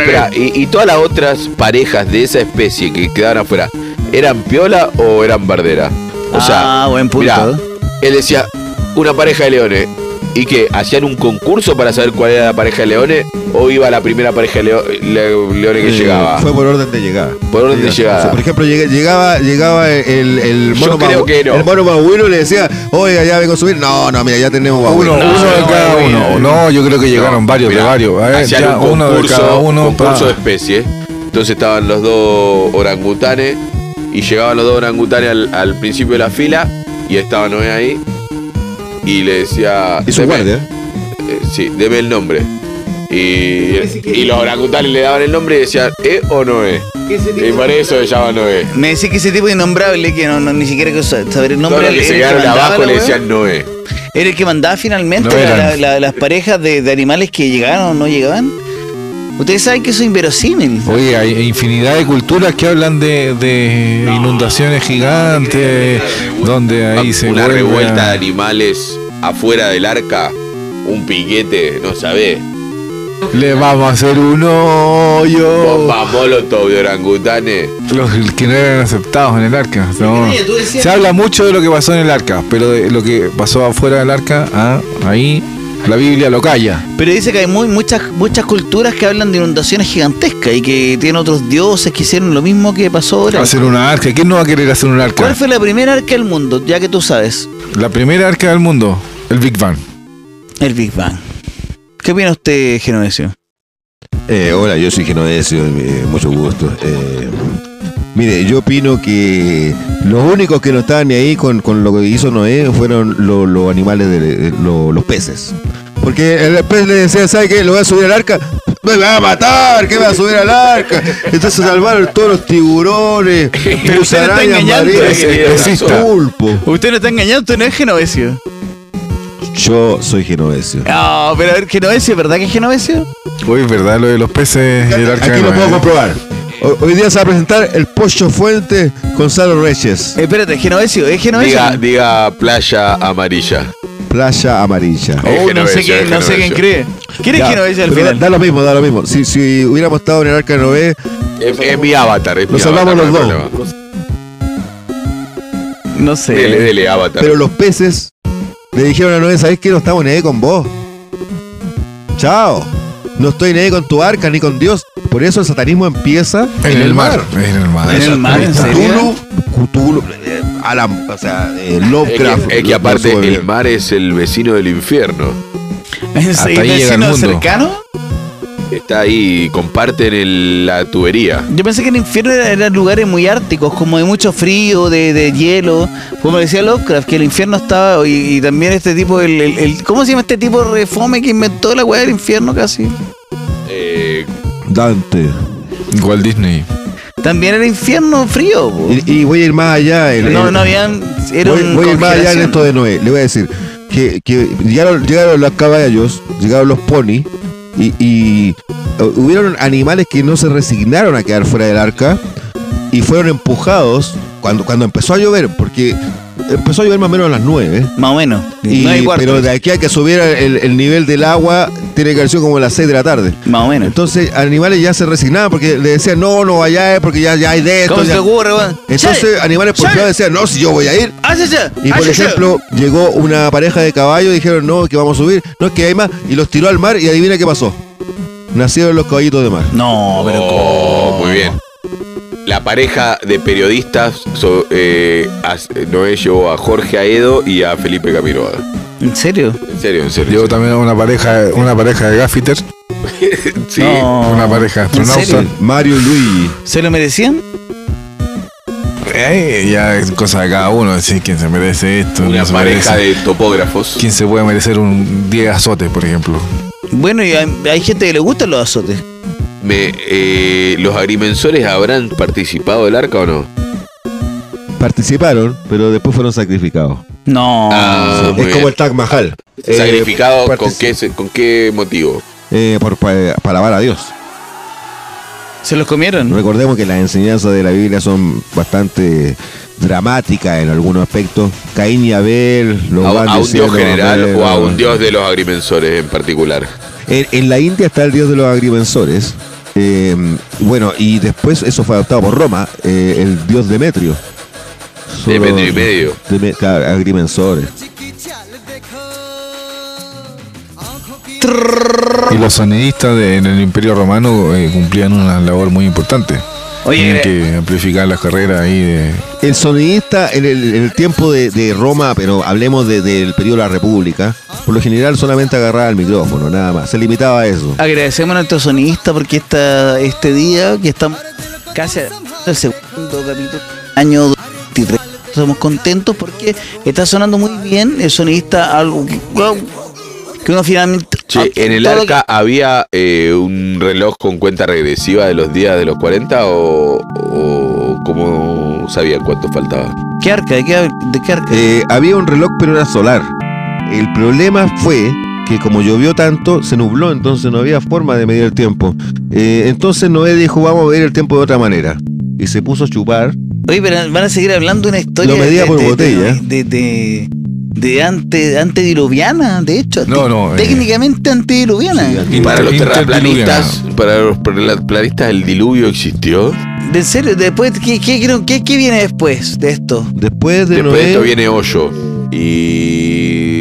Speaker 1: Espera, y, y todas las otras parejas de esa especie que quedaban afuera, ¿eran piola o eran bardera? O sea,
Speaker 6: ah, buen punto.
Speaker 1: mirá, él decía, una pareja de leones. ¿Y que ¿Hacían un concurso para saber cuál era la pareja de leones? ¿O iba la primera pareja de leo- le- leones que
Speaker 5: Eh,
Speaker 1: llegaba?
Speaker 5: Fue por orden de llegada.
Speaker 1: Por orden de llegada.
Speaker 5: O sea, por ejemplo, llega- llegaba, llegaba el, el
Speaker 1: Yo
Speaker 5: mono
Speaker 1: creo
Speaker 5: Magu-
Speaker 1: que no.
Speaker 5: el mono Maguino y le decía, oiga, ya vengo a subir. No, no, mira, ya tenemos Maguino.
Speaker 3: Uno,
Speaker 1: No,
Speaker 3: uno de
Speaker 1: no,
Speaker 3: cada
Speaker 1: no,
Speaker 3: uno.
Speaker 1: no.
Speaker 3: No, yo creo que llegaron
Speaker 1: No,
Speaker 3: varios, de
Speaker 1: mirá,
Speaker 3: varios. A ver,
Speaker 1: hacían
Speaker 3: ya,
Speaker 1: un
Speaker 3: uno de
Speaker 1: concurso,
Speaker 3: cada uno. pa.
Speaker 1: concurso de especies. Entonces estaban los dos orangutanes y llegaban los dos orangutanes al, al principio de la fila y estaba Noé ahí y le decía...
Speaker 5: Y su
Speaker 1: "Deme-
Speaker 5: guardia.
Speaker 1: eh, sí, deme el nombre. Y, y los orangutanes le daban el nombre y decían, ¿eh o Noé? Y para eso se llama Noé.
Speaker 6: Me decís que ese tipo innombrable, que no, no- ni siquiera que sa- saber el
Speaker 1: Todos
Speaker 6: nombre
Speaker 1: los
Speaker 6: era
Speaker 1: que
Speaker 6: el
Speaker 1: se
Speaker 6: que
Speaker 1: quedaron
Speaker 6: mandaba
Speaker 1: abajo
Speaker 6: la
Speaker 1: le
Speaker 6: weá.
Speaker 1: decían Noé.
Speaker 6: Era el que mandaba finalmente
Speaker 3: No
Speaker 6: la-
Speaker 3: eran.
Speaker 6: la- la- las parejas de, de animales que llegaron o no llegaban. Ustedes saben que eso es inverosímil.
Speaker 3: Oye, hay infinidad de culturas que hablan de, de inundaciones gigantes, donde ahí se
Speaker 1: Una
Speaker 3: vuelve a-
Speaker 1: revuelta de animales afuera del arca, un piquete, no sabés.
Speaker 3: Le vamos a hacer un hoyo.
Speaker 1: Bomba molotov de orangutanes.
Speaker 3: Los que no eran aceptados en el arca. no.
Speaker 6: Oye, tú decías-
Speaker 3: Se habla mucho de lo que pasó en el arca, pero de lo que pasó afuera del arca, ah, ahí la Biblia lo calla.
Speaker 6: Pero dice que hay muy, muchas, muchas culturas que hablan de inundaciones gigantescas y que tienen otros dioses que hicieron lo mismo que pasó ahora.
Speaker 3: Hacer una arca. ¿Quién no va a querer hacer un arca?
Speaker 6: ¿Cuál fue la primera arca del mundo? Ya que tú sabes,
Speaker 3: La primera arca del mundo, el Big Bang.
Speaker 6: el Big Bang. ¿Qué opina usted, Genovesio?
Speaker 5: Eh, hola, yo soy Genovesio, eh, mucho gusto. Eh, mire, yo opino que los únicos que no estaban ni ahí con, con lo que hizo Noé fueron lo- los animales, de, lo- los peces. Porque el pez le decía, ¿sabe qué? ¿Lo va a subir al arca? ¡Me va a matar! ¿Qué va a subir al arca? Entonces salvaron todos los tiburones,
Speaker 6: está
Speaker 5: musarañas
Speaker 6: engañando,
Speaker 5: marinas,
Speaker 1: eh,
Speaker 5: pulpo.
Speaker 6: Usted no está engañando, no es Genovesio.
Speaker 5: Yo soy genovesio.
Speaker 2: No, pero a ver, Genovesio, ¿verdad que es Genovesio?
Speaker 6: Uy, ¿verdad? Lo de los peces y el arca de
Speaker 5: Aquí lo
Speaker 6: Noé.
Speaker 5: puedo comprobar. Ho- Hoy día se va a presentar el Pocho Fuente Gonzalo Reyes,
Speaker 2: Eh, espérate, Genovesio, ¿es Genovesio?
Speaker 1: Diga, diga playa amarilla.
Speaker 5: Playa Amarilla.
Speaker 1: es
Speaker 2: Oh, no sé,
Speaker 1: Genovesio,
Speaker 2: quién,
Speaker 1: es
Speaker 2: no sé quién
Speaker 1: Genovesio.
Speaker 2: cree. ¿Quién es
Speaker 5: Ya,
Speaker 2: Genovesio al
Speaker 5: pero da-
Speaker 2: final?
Speaker 5: Da lo mismo, da lo mismo. Si, si hubiéramos estado en el Arca de Noé,
Speaker 1: Es, es mi avatar. Es
Speaker 5: Lo
Speaker 1: mi
Speaker 5: salvamos
Speaker 1: avatar,
Speaker 5: los
Speaker 1: no hay
Speaker 5: dos.
Speaker 1: problema.
Speaker 2: No sé.
Speaker 1: Dele, dele, avatar.
Speaker 5: pero los peces le dijeron a Noé, ¿sabes qué? No estamos ni ahí con vos. Chao. No estoy ni ahí con tu arca ni con Dios. Por eso el satanismo empieza
Speaker 6: En, el mar. En el mar.
Speaker 2: En el mar, Ah, ¿en serio?
Speaker 5: Cthulhu, Cthulhu, eh, Alan, o sea, eh, Lovecraft.
Speaker 1: es que, es que
Speaker 5: lo- lo
Speaker 1: aparte
Speaker 5: sube
Speaker 1: el
Speaker 5: bien.
Speaker 1: mar es el vecino del infierno.
Speaker 2: ¿Es
Speaker 6: Hasta
Speaker 2: el
Speaker 6: ahí llega el
Speaker 2: vecino
Speaker 6: mundo.
Speaker 2: cercano?
Speaker 1: Está ahí, comparten el- la tubería.
Speaker 2: Yo pensé que el infierno era- eran lugares muy árticos, como de mucho frío, de, de hielo. Como decía Lovecraft, que el infierno estaba. Y, y también este tipo, el, el- el- ¿Cómo se llama este tipo de fome que inventó la weá del infierno casi?
Speaker 1: Eh,
Speaker 5: Dante.
Speaker 6: Walt Disney.
Speaker 2: También era infierno frío, po.
Speaker 5: Y, y voy a ir más allá. el-
Speaker 2: No,
Speaker 5: el-
Speaker 2: no habían. Era
Speaker 5: voy,
Speaker 2: un
Speaker 5: voy a ir más allá en
Speaker 2: congelación.
Speaker 5: esto de Noé. Le voy a decir que, que llegaron, llegaron los caballos, llegaron los ponis y, y hu- hubieron animales que no se resignaron a quedar fuera del arca y fueron empujados cuando, cuando empezó a llover, porque empezó a llover más o menos a las 9.
Speaker 2: Más o menos.
Speaker 5: Y,
Speaker 2: no hay cuarto.
Speaker 5: pero de aquí a que subiera el, el nivel del agua, tiene que haber sido como a las 6 de la tarde.
Speaker 2: Más o menos.
Speaker 5: Entonces, animales ya se resignaban porque le decían, no, no vayáis porque ya, ya hay de esto.
Speaker 2: ¿Cómo se
Speaker 5: ya".
Speaker 2: te ocurre, weón?
Speaker 5: Entonces, animales por
Speaker 2: ¡Sale!
Speaker 5: fuera decían, no, si yo voy a ir.
Speaker 2: ¡Ah, sí, sí!
Speaker 5: Y
Speaker 2: ¡Ah,
Speaker 5: por
Speaker 2: sí, sí!
Speaker 5: ejemplo, llegó una pareja de caballos y dijeron, no, que vamos a subir, no, que hay más, y los tiró al mar y adivina qué pasó. Nacieron los caballitos de mar.
Speaker 2: No, pero.
Speaker 1: oh, muy bien. La pareja de periodistas so- eh, as- Noé llevó a Jorge Aedo y a Felipe Camiroaga.
Speaker 2: ¿En serio?
Speaker 1: En serio, en serio.
Speaker 6: Llevo también a una pareja, una pareja de gaffiter,
Speaker 1: sí.
Speaker 2: No.
Speaker 6: una pareja de
Speaker 2: ¿En serio?
Speaker 6: astronautas.
Speaker 5: Mario y Luigi.
Speaker 2: ¿Se lo merecían?
Speaker 6: Eh, ya es cosa de cada uno, decir quién se merece esto.
Speaker 1: Una
Speaker 6: quién se
Speaker 1: pareja
Speaker 6: merece-
Speaker 1: de topógrafos.
Speaker 6: ¿Quién se puede merecer un 10 azotes, por ejemplo?
Speaker 2: Bueno, y hay, hay gente que le gustan los azotes.
Speaker 1: Me, eh, ¿Los agrimensores habrán participado del arca o no?
Speaker 5: Participaron, pero después fueron sacrificados.
Speaker 2: No.
Speaker 1: Ah, muy
Speaker 5: es como
Speaker 1: bien.
Speaker 5: el Taj Mahal. Eh,
Speaker 1: ¿Sacrificado con,
Speaker 5: partici-
Speaker 1: qué, se- con qué motivo?
Speaker 5: eh, por, pa- para alabar a Dios.
Speaker 2: ¿Se los comieron?
Speaker 5: Recordemos que las enseñanzas de la Biblia son bastante dramáticas en algunos aspectos. Caín y Abel, los
Speaker 1: ¿A,
Speaker 5: van
Speaker 1: a un
Speaker 5: diciendo,
Speaker 1: dios general
Speaker 5: Abel,
Speaker 1: o a un
Speaker 5: Abel.
Speaker 1: dios de los agrimensores en particular?
Speaker 5: En, en la India está el dios de los agrimensores. eh, bueno, y después eso fue adoptado por Roma, eh, el dios Demetrio. Son
Speaker 1: Demetrio
Speaker 5: los-
Speaker 1: y medio.
Speaker 5: Deme- claro, agrimensores.
Speaker 6: Y los sonidistas de- en el Imperio Romano eh, cumplían una labor muy importante.
Speaker 2: Oye,
Speaker 1: eh,
Speaker 6: Tenían que amplificar las carreras ahí de,
Speaker 5: El sonidista en el, en el tiempo de, de Roma, pero hablemos de- del periodo de la República, por lo general solamente agarraba el micrófono, nada más. Se limitaba a eso.
Speaker 2: agradecemos a nuestro sonidista porque esta, este día que estamos casi el segundo capítulo año 23. Estamos contentos porque está sonando muy bien el sonidista algo que uno finalmente
Speaker 5: Ah,
Speaker 1: Che, ¿En el
Speaker 2: todo lo
Speaker 1: arca había eh, un reloj con cuenta regresiva de los días de los 40 o, o cómo sabían cuánto faltaba?
Speaker 2: que- ¿Qué arca? ¿De qué, de qué arca?
Speaker 5: Eh, había un reloj, pero era solar. El problema fue que como llovió tanto, se nubló, entonces no había forma de medir el tiempo. Eh, entonces Noé dijo, vamos a medir el tiempo de otra manera. Y se puso a chupar.
Speaker 2: Oye, pero van a seguir hablando de una historia
Speaker 5: Lo medía
Speaker 2: de,
Speaker 5: por
Speaker 2: de-
Speaker 5: botella.
Speaker 2: de, de, de, de ante, antediluviana, de hecho.
Speaker 6: No, no, eh.
Speaker 2: Técnicamente antediluviana.
Speaker 5: Sí,
Speaker 1: Para los
Speaker 6: Inter-
Speaker 1: terraplanistas, para los terraplanistas, ¿el diluvio existió?
Speaker 2: ¿En serio? Después, ¿qué, qué, creo- qué- qué viene después de esto?
Speaker 5: Después de
Speaker 1: Después de esto
Speaker 5: Noé,
Speaker 1: viene Hoyo. Y.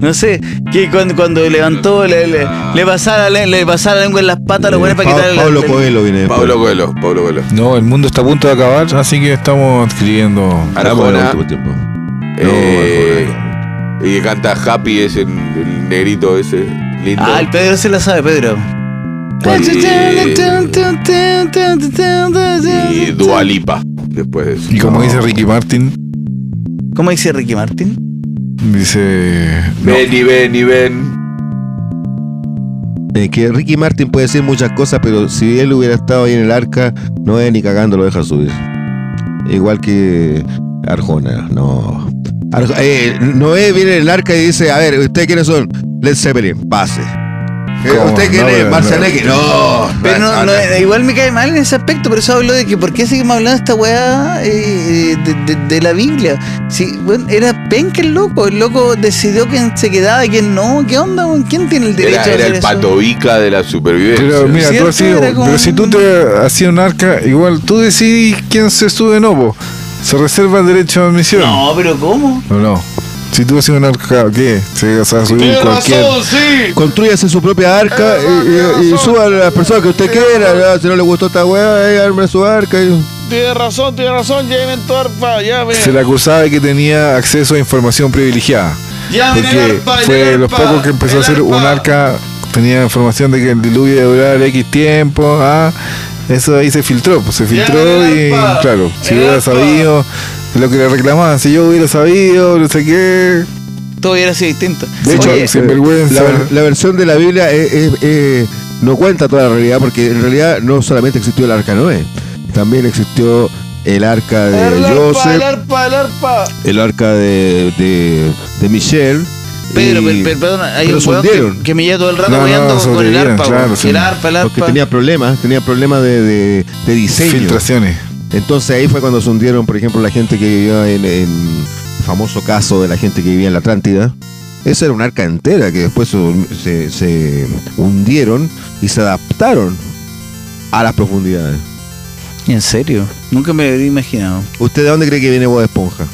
Speaker 2: No sé, que cuando, cuando levantó, le, le, le pasaba la, le pasaba la lengua en las patas, lo bueno para
Speaker 5: Pa-
Speaker 2: quitarle la-
Speaker 5: Eh, Pablo
Speaker 2: la-
Speaker 5: Coelho viene después.
Speaker 1: Pablo Coelho, Pablo Coelho.
Speaker 6: No, el mundo está a punto de acabar, así que estamos adquiriendo.
Speaker 5: Hablamos del
Speaker 1: Arjona,
Speaker 5: último tiempo.
Speaker 1: eh, y que canta Happy, ese el negrito ese, lindo.
Speaker 2: Ah, el Pedro se la sabe, Pedro.
Speaker 1: ¿Cuál? y Dualipa, después de eso.
Speaker 6: Y como dice Ricky Martin,
Speaker 2: ¿Cómo dice Ricky Martin?
Speaker 6: dice. no,
Speaker 1: Ven y ven y ven.
Speaker 5: Eh, que Ricky Martin puede decir muchas cosas, pero si él hubiera estado ahí en el arca, Noé ni cagando lo deja subir. Igual que Arjona, no. Arjo- eh, Noé viene en el arca y dice, a ver, ¿ustedes quiénes son? Led Zeppelin, pase. Eh,
Speaker 3: ¿Cómo?
Speaker 5: ¿Usted quién
Speaker 3: No,
Speaker 5: es?
Speaker 3: pero-
Speaker 5: Marcianeque. No,
Speaker 2: Pero no,
Speaker 5: ah,
Speaker 2: no, eh,
Speaker 5: no.
Speaker 2: igual me cae mal en ese aspecto, por eso hablo de que por qué seguimos hablando de esta weá eh, de, de- de la Biblia. Si, bueno, era penca el loco, el loco decidió quién se quedaba y quién no, ¿qué onda? weón? ¿Quién tiene el derecho
Speaker 1: Era,
Speaker 2: a
Speaker 1: era
Speaker 2: hacer
Speaker 1: el
Speaker 2: eso?
Speaker 1: patovica de la supervivencia.
Speaker 3: Pero mira, tú
Speaker 2: ¿Cierto?
Speaker 3: has sido,
Speaker 2: Era como
Speaker 3: pero si tú
Speaker 2: un-
Speaker 3: te hacías un arca, igual tú decidís quién se sube o no, po. se reserva el derecho de admisión.
Speaker 2: No, pero ¿cómo?
Speaker 3: ¿O no? Si tú haces un arca, ¿qué? Se, se va a subir cualquier.
Speaker 5: Construyase su propia arca y, y- y suba a las personas que usted quiera. Ah, Si no le gustó esta weá, eh, arme su arca. y-
Speaker 4: Tiene razón, tiene razón, llamen tu arpa, llamen.
Speaker 3: Se le acusaba de que tenía acceso a información privilegiada.
Speaker 4: Llamen el
Speaker 3: Porque
Speaker 4: arpa,
Speaker 3: fue
Speaker 4: llamen
Speaker 3: de
Speaker 4: el
Speaker 3: los
Speaker 4: arpa,
Speaker 3: pocos que empezó a
Speaker 4: el
Speaker 3: hacer un
Speaker 4: arpa.
Speaker 3: arca, tenía información de que el diluvio iba a durar X tiempo, ah, eso ahí se filtró, pues se filtró y
Speaker 4: el arpa,
Speaker 3: claro, si
Speaker 4: el
Speaker 3: hubiera
Speaker 4: arpa.
Speaker 3: sabido lo que le reclamaban, si yo hubiera sabido, no sé qué.
Speaker 2: Todo hubiera sido distinto.
Speaker 3: De hecho,
Speaker 2: Oye,
Speaker 3: sin
Speaker 5: Eh,
Speaker 3: vergüenza.
Speaker 5: La, ver- la versión de la Biblia es- es- es- no cuenta toda la realidad, porque en realidad no solamente existió el arca Noé, también existió el arca de
Speaker 4: El arpa, el
Speaker 5: Joseph,
Speaker 4: arpa, el arpa.
Speaker 5: el arca de, de, de Michelle.
Speaker 2: Pedro,
Speaker 5: y-
Speaker 2: per- per- perdona, hay
Speaker 5: pero
Speaker 2: un weón que,
Speaker 5: soldieron.
Speaker 2: que me lleva todo el rato
Speaker 3: No, no,
Speaker 2: apoyando con el
Speaker 3: sobrevivieron,
Speaker 2: arpa,
Speaker 3: claro,
Speaker 2: weón.
Speaker 3: sí.
Speaker 2: el arpa, el
Speaker 5: Porque
Speaker 2: arpa.
Speaker 5: tenía problemas, tenía problemas de, de- de diseño.
Speaker 3: Filtraciones.
Speaker 5: Entonces ahí fue cuando se hundieron, por ejemplo, la gente que vivía en, en el famoso caso de la gente que vivía en la Atlántida. Esa era un arca entera que después se, se- se hundieron y se adaptaron a las profundidades.
Speaker 2: En serio, nunca me lo habría imaginado.
Speaker 5: ¿Usted de dónde cree que viene Bob Esponja?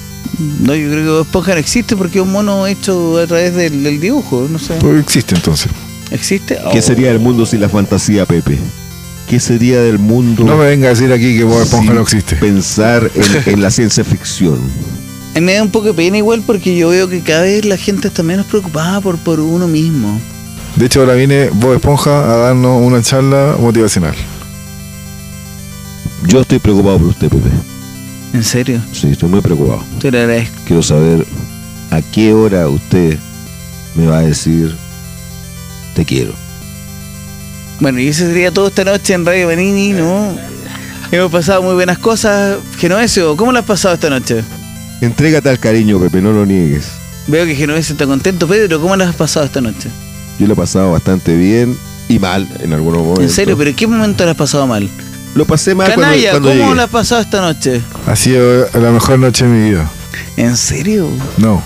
Speaker 2: No, yo creo que Bob Esponja no existe porque es un mono hecho a través del, del dibujo, no sé.
Speaker 3: Pues existe entonces.
Speaker 2: ¿Existe?
Speaker 5: ¿Qué
Speaker 2: Oh.
Speaker 5: sería del mundo sin la fantasía, Pepe? ¿Qué sería del mundo
Speaker 3: No me venga a decir aquí que Bob Esponja
Speaker 5: sin
Speaker 3: no existe.
Speaker 5: pensar en, en la ciencia ficción?
Speaker 2: A mí Me da un poco de pena igual porque yo veo que cada vez la gente está menos preocupada por, por uno mismo.
Speaker 3: De hecho, ahora viene Bob Esponja a darnos una charla motivacional.
Speaker 5: Yo estoy preocupado por usted, Pepe.
Speaker 2: En serio,
Speaker 5: Sí, estoy muy preocupado.
Speaker 2: te lo agradezco.
Speaker 5: Quiero saber a qué hora usted me va a decir te quiero.
Speaker 2: Bueno, y eso sería todo esta noche en Radio Benini, ¿no? Hemos pasado muy buenas cosas. Genovesio, ¿cómo la has pasado esta noche?
Speaker 5: Entrégate al cariño, Pepe, no lo niegues.
Speaker 2: Veo que Genovesio está contento. Pedro, ¿cómo la has pasado esta noche?
Speaker 5: Yo lo he pasado bastante bien y mal en algunos momentos.
Speaker 2: En serio, ¿pero en qué momento la has pasado mal?
Speaker 5: Lo pasé mal Ah, cuando,
Speaker 2: Canalla,
Speaker 5: cuando
Speaker 2: ¿cómo
Speaker 5: llegué.
Speaker 2: la has pasado esta noche?
Speaker 3: Ha sido la mejor noche de mi vida.
Speaker 2: ¿En serio?
Speaker 3: No.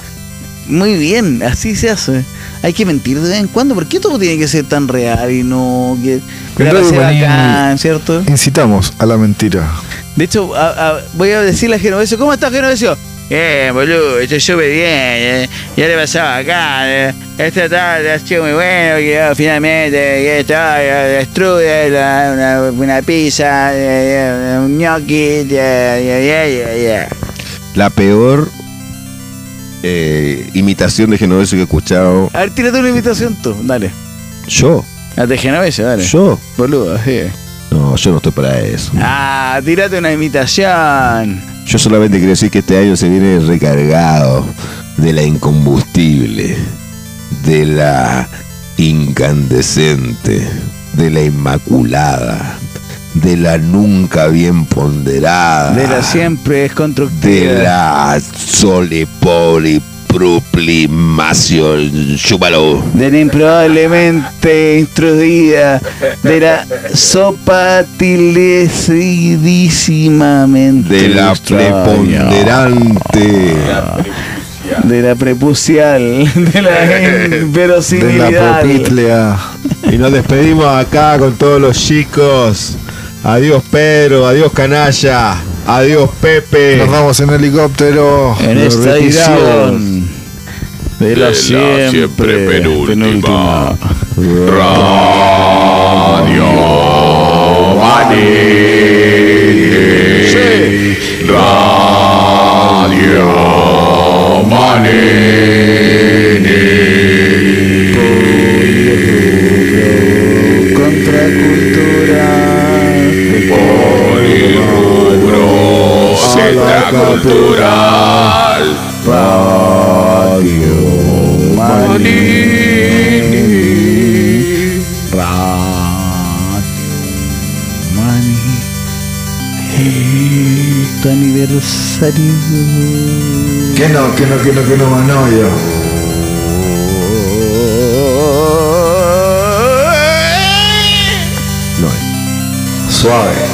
Speaker 2: Muy bien, así se hace. Hay que mentir de vez en cuando. ¿Por qué todo tiene que ser tan real y no que
Speaker 3: En
Speaker 2: la
Speaker 3: Radio
Speaker 2: pasé
Speaker 3: Manini.
Speaker 2: bacán, cierto?
Speaker 3: Incitamos a la mentira.
Speaker 2: De hecho, a- a- voy a decirle a Genovesio, ¿cómo estás Genovesio? Bien, boludo, estoy súper bien, eh. ya le pasaba acá, eh. esta tarde ha sido muy bueno, que ah, finalmente que estaba eh, strudel, eh, una, una pizza, eh, eh, un gnocchi, ya, ya, ya, ya, ya.
Speaker 5: La peor eh, imitación de Genovese que he escuchado.
Speaker 2: A ver, tírate una invitación tú, dale.
Speaker 5: Yo,
Speaker 2: La Ah, de Genovesio, dale.
Speaker 5: yo.
Speaker 2: Boludo, sí.
Speaker 5: No, yo no estoy para eso.
Speaker 2: Ah, tírate una imitación.
Speaker 5: Yo solamente quiero decir que este año se viene recargado de la incombustible, de la incandescente, de la inmaculada, de la nunca bien ponderada,
Speaker 2: De la siempre es constructiva.
Speaker 5: Ah. de la sole pobre proplimación chúpalo.
Speaker 2: de la improbablemente instruida, de la sopa tilecidísimamente
Speaker 5: De la
Speaker 2: ilustrada,
Speaker 5: preponderante,
Speaker 2: de la prepucial, de la
Speaker 3: De la
Speaker 2: inverosimilidad.
Speaker 3: propitlea.
Speaker 5: Y nos despedimos acá con todos los chicos. Adiós Pedro, adiós Canalla, adiós Pepe.
Speaker 3: Nos vamos en helicóptero.
Speaker 2: en
Speaker 5: Nos
Speaker 2: esta
Speaker 5: retiramos.
Speaker 2: edición de la,
Speaker 1: De la
Speaker 2: siempre,
Speaker 1: siempre penúltima. Radio Manini. Radio Manini. Por el rubro Z Cultural.
Speaker 2: Tu aniversario.
Speaker 3: Que no, que no, que no, que no, Manoyo.
Speaker 7: No es.
Speaker 3: Suave.